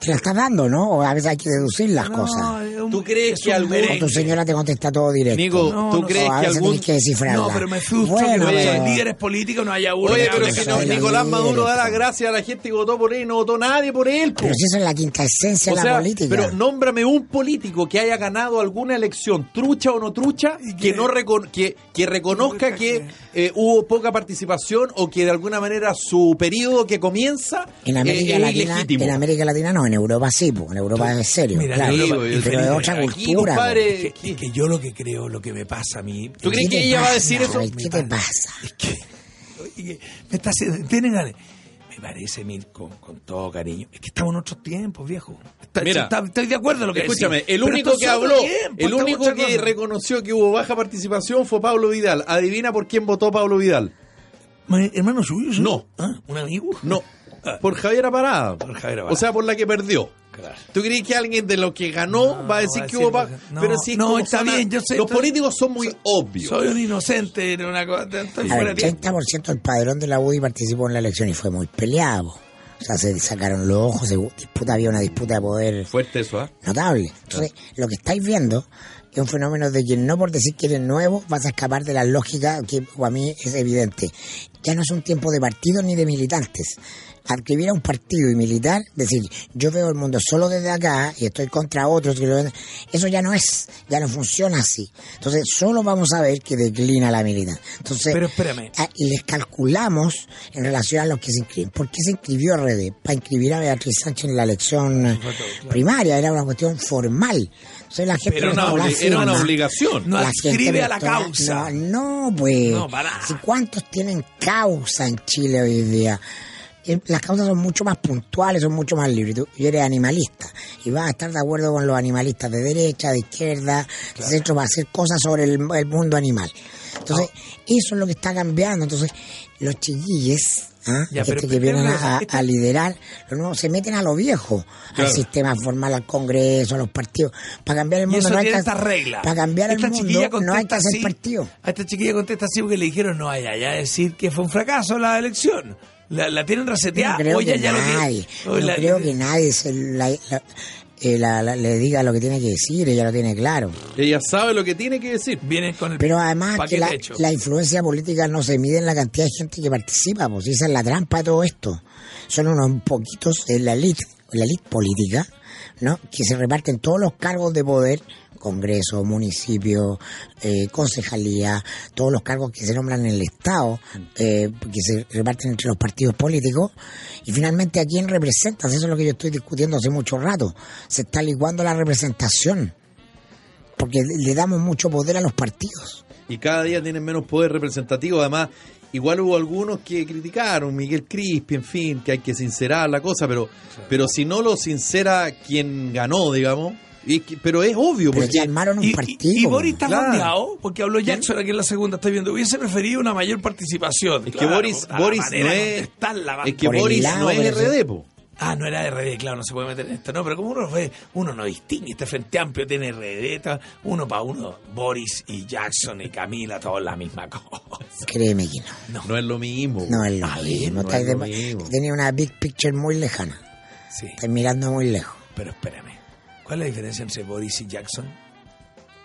S3: Te la está dando, ¿no? O a veces hay que deducir las
S1: No,
S3: cosas.
S1: es un-
S2: ¿Tú crees
S1: es
S2: que
S1: un
S2: algún-
S3: O tu
S1: merengue.
S3: señora te contesta todo directo.
S2: Nico,
S1: No,
S2: ¿tú
S1: no,
S2: creés
S3: o a
S2: que
S3: veces
S2: algún...
S3: tenés que descifrarla.
S1: No, pero me frustro
S3: Bueno,
S1: que
S2: pero-
S1: los líderes políticos no haya uno.
S2: Oye,
S1: que
S2: pero
S1: hable
S2: si
S1: claro.
S2: no,
S3: Oye,
S2: Nicolás
S3: mira,
S2: Maduro da las
S3: pero-
S2: gracias a la gente que votó por él, no votó nadie por él. po.
S3: Pero si esa es la quinta esencia
S2: O
S3: de la
S2: sea,
S3: política.
S2: pero nómbrame un político que haya ganado alguna elección, trucha o no trucha,
S1: Y
S2: que
S1: que-
S2: no recon- que, que reconozca que eh, hubo poca participación o que de alguna manera su periodo que comienza
S3: en América,
S2: eh, es
S3: Latina,
S2: ilegítimo.
S3: en América Latina no, en Europa sí, pues, en Europa es serio.
S1: Mira,
S3: claro.
S1: en
S2: Sí,
S1: Europa-
S2: güey,
S1: y-
S2: yo
S3: pero
S2: te
S3: de
S2: digo,
S3: otra
S2: aquí,
S3: cultura,
S1: Es
S3: pues.
S2: compadre,
S1: que, es que yo lo que creo, lo que me pasa a mí...
S2: ¿Tú crees
S3: ¿Qué
S2: que
S3: te
S2: ella va a
S3: pasa,
S2: decir eso?
S3: Raúl? ¿Qué te pasa?
S2: [LAUGHS]
S1: Es que... oye, Me está haciendo... Tienen ganas. Me parece, Mirko, con todo cariño, es que estamos en otros tiempos, viejo. Está-
S2: Mira.
S1: está- estoy de acuerdo en lo que
S2: Escúchame,
S1: decís,
S2: el
S1: pero
S2: único
S1: estos
S2: que
S1: son
S2: habló,
S1: otros tiempos,
S2: el
S1: estamos
S2: único
S1: otra
S2: que
S1: cosa.
S2: reconoció que hubo baja participación fue Pablo Vidal. Adivina por quién votó Pablo Vidal.
S1: Ma- ¿Hermano suyo? sí?
S2: No.
S1: ¿Ah? ¿Un amigo?
S2: No,
S1: Ah.
S2: por Javiera Parada.
S1: Por Javiera Parada.
S2: O sea, por la que perdió.
S1: Claro.
S2: ¿Tú crees que alguien de los que ganó
S1: No,
S2: va a decir
S1: va a
S2: que
S1: decir
S2: hubo baja?
S1: baja. No,
S2: Pero sí,
S1: no,
S2: como
S1: está
S2: son a-
S1: bien, yo sé,
S2: Los
S1: estoy-
S2: políticos son muy obvios.
S1: Soy un inocente en una cosa. Estoy
S3: A
S1: fuera
S3: ver,
S1: de
S3: 30% del padrón de la UDI participó en la elección y fue muy peleado. O sea, se sacaron los ojos, se disputa, había una disputa de poder
S2: Fuerte eso, ¿ah?
S3: notable. Entonces, lo que estáis viendo es un fenómeno de que no por decir que eres nuevo vas a escapar de la lógica que a mí es evidente. Ya no es un tiempo de partidos ni de militantes. Adscribir a un partido y militar, decir, yo veo el mundo solo desde acá y estoy contra otros, que lo ven- eso ya no es, ya no funciona así. Entonces, solo vamos a ver que declina la militancia. Entonces,
S1: Pero espérame.
S3: Ah, y les calculamos en relación a los que se inscriben. ¿Por qué se inscribió RD? Para inscribir a Beatriz Sánchez en la elección eh, primaria, era una cuestión formal. Entonces la gente
S2: Pero
S3: empezó
S2: una
S3: a hablar
S2: obli- era una
S3: formal.
S2: obligación.
S1: No
S3: La gente
S1: adscribe a la
S3: empezó
S1: causa.
S3: No, no, pues.
S1: No, para nada.
S3: Si ¿Cuántos tienen causa en Chile hoy día? Eh, Las causas son mucho más puntuales, son mucho más libres. Tú, yo eres animalista y vas a estar de acuerdo con los animalistas de derecha, de izquierda, de centro, para hacer cosas sobre el, el mundo animal. Entonces, eso es lo que está cambiando. Entonces, los chiquilles, ¿ah?
S1: Ya,
S3: la
S1: pero
S3: gente que vienen
S1: primero
S3: a, a-
S1: esta-
S3: a liderar, los nuevos se meten a lo viejo,
S2: Claro.
S3: al sistema formal, al Congreso, a los partidos, para cambiar el
S1: Y
S3: mundo.
S1: eso
S3: no hay
S1: tiene
S3: que-
S1: estas reglas.
S3: Para cambiar
S1: esta
S3: el
S1: chiquilla
S3: mundo no
S1: contesta
S3: hay que hacer
S1: sí,
S3: partido.
S1: A esta chiquilla contesta así porque le dijeron no vaya ya a decir que fue un fracaso la elección. La, la tienen
S3: Yo
S1: reseteada.
S3: no creo
S1: o ella
S3: que
S1: ya lo tiene-
S3: nadie,
S1: o
S3: no
S1: la-
S3: creo que nadie se la- la- eh, la- la- le diga lo que tiene que decir, ella lo tiene claro.
S2: Ella sabe lo que tiene que decir.
S1: Vienen con el
S3: Pero además que
S1: paquete
S3: la,
S1: hecho.
S3: la influencia política no se mide en la cantidad de gente que participa, pues esa es la trampa de todo esto. Son unos poquitos en la elite, la elite política, ¿no? Que se reparten todos los cargos de poder, Congreso, municipio, eh, concejalía, todos los cargos que se nombran en el Estado, eh, que se reparten entre los partidos políticos, y finalmente a quién representas, eso es lo que yo estoy discutiendo hace mucho rato. Se está licuando la representación. Porque le damos mucho poder a los partidos.
S2: y cada día tienen menos poder representativo. Además, igual hubo algunos que criticaron, Miguel Crispi, en fin, que hay que sincerar la cosa, pero, pero si no lo sincera quien ganó, digamos, y que- pero es obvio,
S3: Pero
S2: porque
S3: ya armaron un
S1: Y, y,
S3: partido.
S1: y Boris está
S2: Claro.
S1: bandeado porque habló Jackson aquí en la segunda. Estoy viendo. Hubiese preferido una mayor participación.
S2: Es que
S1: Claro,
S2: Boris-
S1: puta, la
S2: Boris
S1: manera
S2: no
S1: de
S2: es-
S1: contestarla,
S2: es que
S3: Por el
S2: Boris
S3: lado,
S2: no es
S3: pero-
S2: RD, po.
S1: Ah, no era RD, claro, no se puede meter en esto. No, pero como uno ve, uno no distingue. Este Frente Amplio tiene RD, ta- uno para uno. Boris y Jackson y Camila, todos la misma cosa.
S3: Créeme que no.
S2: No es lo mismo.
S3: No es lo
S1: A ver,
S3: mismo.
S2: no
S3: estáis
S2: es lo
S3: de-
S2: mismo.
S3: Tenía una big picture muy lejana.
S1: Sí,
S3: Estás mirando muy lejos.
S1: pero espérame. ¿Cuál es la diferencia entre Boris y Jackson?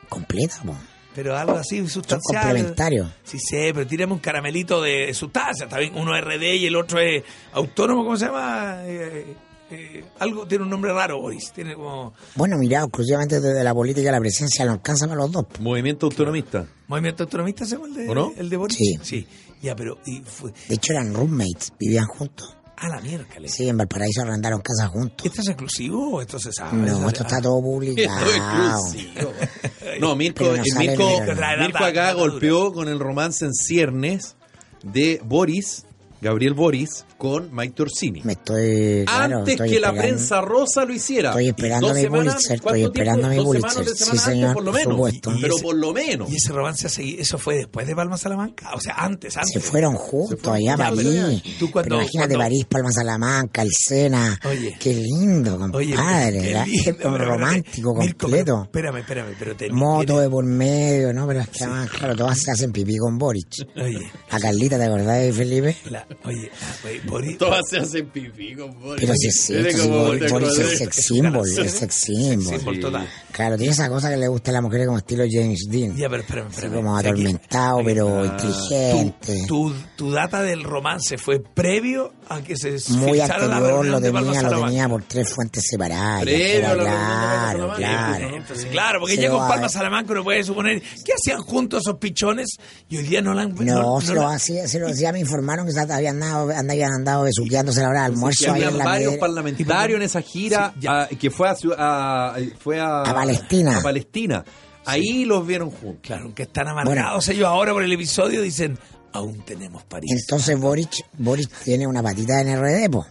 S3: Completa, po.
S1: Pero algo así
S3: Son
S1: sustancial.
S3: complementarios.
S1: Sí, sé, pero tiremos un caramelito de sustancia, está bien. Uno es RD y el otro es autónomo, ¿cómo se llama? Eh, eh, algo tiene un nombre raro, Boris. Tiene como
S3: Bueno, mirado exclusivamente desde la política, la presencia no alcanza para los dos. po.
S2: Movimiento autonomista.
S1: movimiento autonomista, ¿se llama el de,
S2: ¿O no?
S1: el de Boris?
S3: Sí.
S1: Ya, pero y fue,
S3: De hecho, eran roommates, vivían juntos.
S1: a la miércoles.
S3: Sí, en Valparaíso arrendaron casa juntos.
S1: ¿Esto es exclusivo ah, o esto se sabe?
S3: No, [LAUGHS] esto está todo
S2: Esto es
S3: publicado.
S2: exclusivo. No, Mirko,
S3: Pero no
S2: eh,
S3: sale
S2: Mirko,
S3: el verano.
S2: Mirko acá golpeó con el romance en ciernes de Boris, Gabriel Boris, con Mike Torsini.
S3: Me estoy. claro,
S2: antes
S3: estoy
S2: que la
S3: esperando-
S2: prensa rosa lo hiciera.
S3: Estoy
S2: Y
S3: esperando
S2: dos
S3: mi
S2: semanas,
S3: Pulitzer, estoy
S2: ¿cuánto tiempo?
S3: esperando mi
S2: Dos
S3: Pulitzer.
S2: semanas, tres
S3: Sí,
S2: semanas antes,
S3: señor,
S2: por lo
S3: por
S2: menos.
S3: supuesto.
S2: Y- Pero
S1: ese-
S2: por lo menos.
S1: Ah, ¿Y ese romance así, eso fue después de Palma Salamanca? O sea, antes, antes.
S3: Se fueron juntos
S2: fueron
S3: allá a
S1: juntos, pero
S3: París.
S1: ya. ¿Tú cuando-
S3: Pero imagínate
S1: cuando-
S3: París, Palma Salamanca, el Sena.
S1: Oye.
S3: Qué lindo,
S1: Oye,
S3: compadre.
S1: qué
S3: ¿verdad?
S1: lindo,
S3: [LAUGHS] Qué
S1: pero espérate, Mirko,
S3: romántico
S1: pero
S3: completo.
S1: espérame, espérame, pero te
S3: Moto de por medio, ¿no? Pero es que además, claro, todas se hacen pipí con Boric.
S1: Oye,
S3: La Carlita, ¿te acordás de Felipe?
S1: la, oye, oye, Boris.
S2: Todas se hacen pipí con Boris.
S3: Pero sí, sí,
S2: Tiene
S3: sí,
S2: como-
S3: Boris,
S2: ¿te
S3: Boris
S2: acordás?
S3: es sex symbol,
S1: Sí.
S3: es sex symbol.
S1: Sí, por total.
S3: Claro, tiene esa cosa que le gusta a las mujeres como estilo James Dean.
S1: Ya, pero espérame,
S3: Así
S1: espérame.
S3: como
S1: O sea, que-
S3: atormentado, pero
S1: Tu,
S3: inteligente.
S1: tu, tu data del romance fue previo a que se
S3: Muy
S1: fijara la
S3: anterior,
S1: reunión
S3: lo
S1: de Palma
S3: tenía, lo
S1: Salamanca.
S3: tenía por tres fuentes separadas.
S2: Previo
S3: ya,
S2: a la reunión de
S3: claro,
S2: Palma Salamanca.
S3: claro.
S1: Entonces, claro, porque
S3: Se
S1: ya con
S3: va-
S1: Palma Salamanca uno puede suponer que hacían juntos esos pichones y hoy día Pues no la han
S3: No, se lo
S1: la-
S3: hacía, se lo hacía, me informaron que se habían andado, habían andado besuqueándose a la hora de
S2: Que
S1: Pues
S3: almuerzo ahí
S2: había
S3: en la
S2: varios
S3: piedra.
S2: parlamentarios en esa gira a- que fue a, Ciu- a- fue a,
S3: A Palestina.
S2: a Palestina. Ahí los vieron juntos.
S1: Claro, que están amargados ellos ahora por el episodio, dicen, aún tenemos París.
S3: Entonces Boric, Boric tiene una patita en RD, po.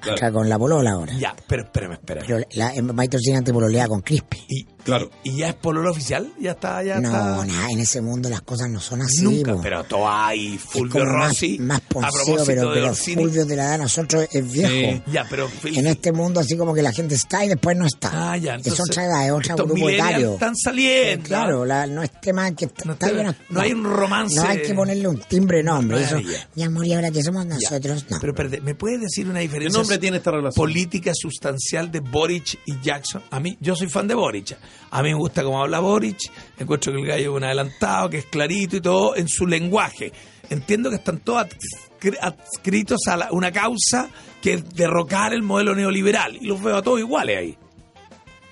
S2: Claro.
S3: Acá con la polola ahora.
S1: ya, pero espérame, espérame.
S3: Pero la, Maestro antes pololea con Crispy.
S1: y,
S2: Claro.
S1: ¿Y ya es pololo oficial? ¿Ya está? ya
S3: No,
S1: está?
S3: nada, en ese mundo las cosas no son así,
S1: Nunca,
S3: po.
S1: pero Toa y
S3: Es
S1: Fulvio
S3: como más,
S1: Rossi, a
S3: más ponceo,
S1: propósito
S3: pero,
S1: de
S3: pero
S1: Orsini.
S3: Fulvio de la edad de nosotros es viejo.
S2: Sí.
S1: Ya, pero Fil-
S3: En este mundo así como que la gente está y después no está.
S1: Ah, ya, entonces,
S3: es otra edad, es otro
S1: estos
S3: grupo
S1: millennials
S3: etario.
S1: están saliendo.
S3: Claro, la- no es tema que está,
S1: No,
S3: está
S1: está-
S3: bien,
S1: no hay un romance.
S3: No hay que ponerle un timbre nombre. Eso,
S1: Maravilla.
S3: mi amor, y ahora que somos
S1: Ya.
S3: nosotros, no.
S1: Pero espérate, ¿me puedes decir una
S2: ¿Qué
S1: diferencia
S2: nombre tiene esta relación?
S1: política sustancial de Boric y Jackson? A mí, yo soy fan de Boric. A mí me gusta cómo habla Boric. Encuentro que el gallo es un adelantado, que es clarito y todo en su lenguaje. Entiendo que están todos adscri- adscritos a la- una causa que es derrocar el modelo neoliberal. Y los veo a todos iguales ahí.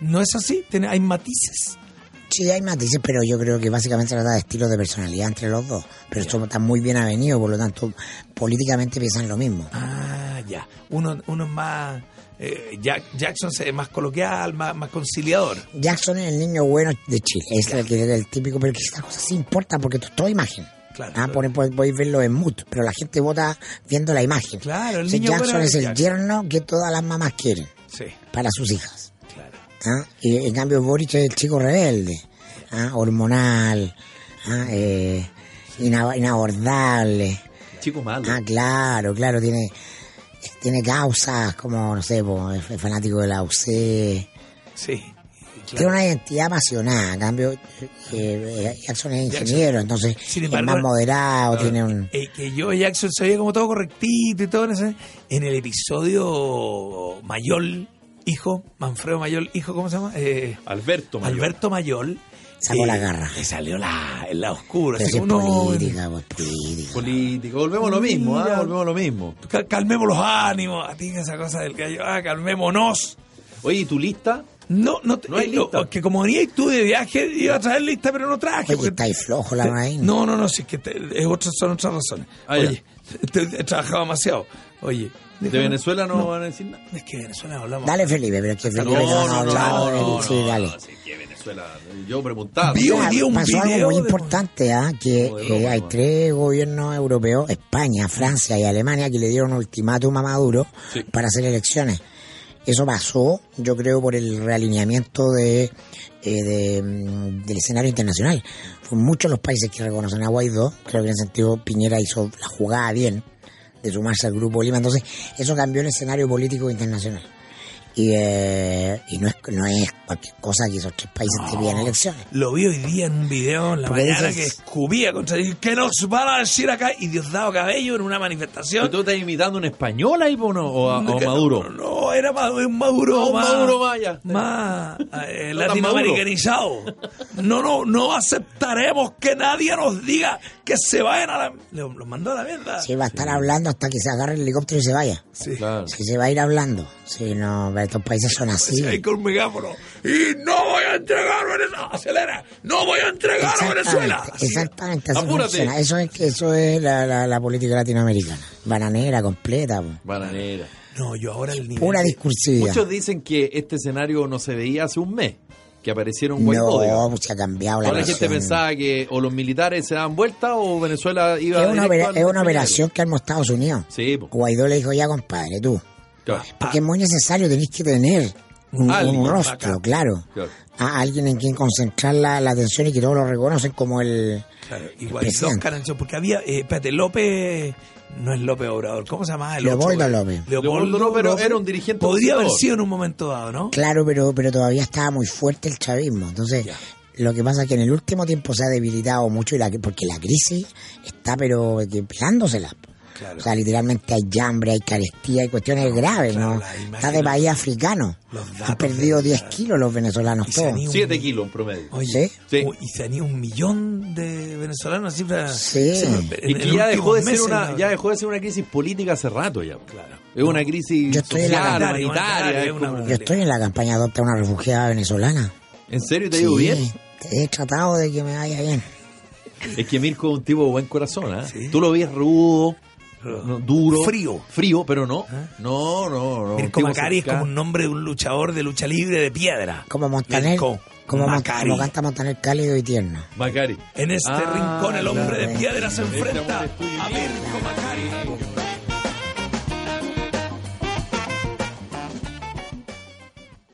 S1: ¿No es así? Tiene- hay matices.
S3: Sí, hay matices, pero yo creo que básicamente se trata de estilos de personalidad entre los dos. Pero esto está muy bien avenido, por lo tanto, políticamente piensan lo mismo.
S1: Ah, ya. Uno, uno es más... eh, Jack- Jackson es más coloquial, más- más conciliador.
S3: Jackson es el niño bueno de Chile, es el, que- el típico, pero que estas cosas sí importan porque esto es toda imagen.
S1: Claro.
S3: Ah, por- por- podéis verlo en mood, pero la gente vota viendo la imagen.
S1: Claro, el
S3: Entonces,
S1: niño
S3: Jackson
S1: bueno
S3: es
S1: de
S3: el
S1: Jackson.
S3: yerno que todas las mamás quieren
S1: Sí,
S3: para sus hijas.
S1: claro.
S3: ¿ah? Y en cambio Boric es el chico rebelde, ¿ah? hormonal, ¿ah? Eh, ina- inabordable.
S2: Chico malo.
S3: Ah, claro, claro, tiene tiene causas como, no sé, po, es es fanático de la UC.
S1: Sí.
S3: Tiene
S1: claro.
S3: una identidad apasionada, en cambio, eh, eh, Jackson es ingeniero, entonces
S1: Sin
S3: es
S1: embargo,
S3: más moderado, tiene un...
S1: Eh, que yo y Jackson se veía como todo correctito y todo. En, ese- en el episodio Mayol, hijo, Manfredo Mayol, hijo, ¿cómo se llama? Eh,
S2: Alberto Mayor.
S1: Alberto Mayol.
S3: Sacó la garra.
S1: Le salió la, el lado oscuro.
S3: Pero
S1: así
S3: si es
S1: como, no,
S3: política, pues política.
S2: Político. Volvemos a lo mismo,
S1: Mira.
S2: ¿ah? Volvemos a lo mismo.
S1: cal- calmemos los ánimos. A ti esa cosa del gallo. Ah, calmémonos.
S2: Oye, ¿y tu lista?
S1: No, no, te-
S2: No hay
S1: eh, lo-
S2: lista.
S1: Que como venía tú de viaje, iba a traer lista, pero no traje.
S3: Oye, pues
S1: porque-
S3: está ahí flojo la reina.
S1: No, no, no, si es que te- es otro- son otras razones.
S2: Ah, ya.
S1: Oye, te- te- he trabajado demasiado. Oye,
S2: ¿De
S1: déjame-
S2: Venezuela no, van a decir nada?
S1: Es que Venezuela hablamos.
S3: Dale Felipe, pero es que Felipe no, no, no, sí, dale.
S2: sí, que Venezuela. Yo preguntaba.
S1: Vi un
S3: Mira,
S1: día un
S3: pasó
S1: video
S3: algo muy
S1: de-
S3: importante, ¿ah? que
S2: Como de
S3: eh,
S2: Roma,
S3: hay
S2: ¿no?
S3: tres gobiernos europeos, España, Francia y Alemania, que le dieron ultimátum a Maduro
S2: Sí.
S3: para hacer elecciones. Eso pasó, yo creo, por el realineamiento de, eh, de, mm, del escenario internacional. Fueron muchos los países que reconocen a Guaidó, creo que en ese sentido Piñera hizo la jugada bien, de sumarse al Grupo Lima. Entonces, eso cambió el escenario político internacional. Y, eh, y no, es, no es cualquier cosa que esos tres países te pidan elecciones.
S1: Lo vi hoy día en un video en la
S3: Porque
S1: mañana
S3: dices-
S1: que escupía contra que nos van a decir acá y Diosdado Cabello en una
S2: ¿Y
S1: manifestación.
S2: tú estás imitando un español ahí po, no? o, a, o a
S1: Que no,
S2: Maduro?
S1: No, era Maduro, un Maduro
S2: No,
S1: más.
S2: Maduro Maya.
S1: Más eh,
S2: [LAUGHS] No tan
S1: latinoamericanizado. No, no, no aceptaremos que nadie nos diga que se vayan a la. Los los mandó a la mierda.
S3: Sí, va a estar hablando hasta que se agarre el helicóptero y se vaya.
S1: Sí.
S2: Claro.
S3: Sí, se va a ir hablando. Sí, no, pero estos países son así.
S1: Sí, ahí con un megáfono. Y no voy a entregar Venezuela. Acelera. No voy a entregar a Venezuela.
S3: Exactamente, exactamente, así
S2: Apúrate.
S3: funciona. Eso es, eso es la, la- la política latinoamericana. Bananera completa, po.
S2: Bananera.
S1: No, yo ahora el nivel.
S3: pura discursividad.
S2: Muchos dicen que este escenario no se veía hace un mes, que aparecieron white
S3: No, pues,
S2: bodies.
S3: se ha cambiado la
S2: Toda la
S3: nación.
S2: gente pensaba que o los militares se daban vuelta o Venezuela iba
S3: Es
S2: directo
S3: una, opera-
S2: al
S3: es una
S2: despeñadero.
S3: operación que armó Estados Unidos.
S2: Sí, po.
S3: Guaidó le dijo ya, compadre, tú.
S2: Claro.
S3: Porque es muy necesario, tenéis que tener un,
S2: Alguien,
S3: un
S1: bacán.
S3: rostro, claro.
S2: Claro.
S3: A alguien en quien concentrar la, la atención y que todos lo reconocen como el...
S1: Claro, igual dos
S3: presidente.
S1: caranchos, porque había, eh, espérate, López, no es López Obrador, ¿cómo se llamaba? El otro,
S3: Leopoldo
S1: güey?
S3: López.
S2: Leopoldo López, pero era un dirigente
S1: Podría haber
S2: opositor.
S1: sido en un momento dado, ¿no?
S3: Claro, pero, pero todavía estaba muy fuerte el chavismo. Entonces,
S1: Ya.
S3: lo que pasa es que en el último tiempo se ha debilitado mucho y la, porque la crisis está, pero que pelándosela.
S1: Claro.
S3: O sea, literalmente hay hambre, hay carestía, hay cuestiones graves,
S1: claro,
S3: ¿no?
S1: la imagen-
S3: Está de país africano.
S1: Los datos
S3: Han perdido
S1: de-
S3: 10 kilos los venezolanos
S1: Y se
S3: todos.
S1: han ido-
S2: Siete kilos en promedio.
S1: Oye,
S2: Sí.
S1: uy, y se han ido un millón de venezolanos, cifra.
S3: Sí.
S2: Y que ya dejó, de ser una, ya dejó de ser una crisis política hace rato ya.
S1: Claro.
S2: Es una crisis
S3: Yo estoy en la
S2: social,
S1: campaña.
S2: humanitaria. es como-
S1: Una-
S3: Yo estoy en la campaña Adopta una refugiada venezolana.
S2: ¿En serio te ha ido
S3: Sí,
S2: bien?
S3: He tratado de que me vaya bien.
S2: Es que Mirko es un tipo de buen corazón, ¿ah?
S1: Sí.
S2: Tú lo ves rudo,
S1: Rudo.
S2: no, duro.
S1: Frío.
S2: Frío, pero no.
S1: ¿Ah?
S2: No, no, no. un
S1: Mirko
S2: tipo
S1: Macari es
S2: cercano.
S1: como un nombre de un luchador de lucha libre de piedra.
S3: Como Montaner.
S1: Mirko
S3: Como, Mon-
S1: Macari.
S3: como canta Montaner cálido y tierno.
S2: Macari.
S1: En este
S2: Ah,
S1: rincón el hombre de
S2: claro.
S1: piedra se
S2: Este
S1: enfrenta
S2: hombre es tuyo y
S1: a
S2: mío.
S1: Mirko Macari.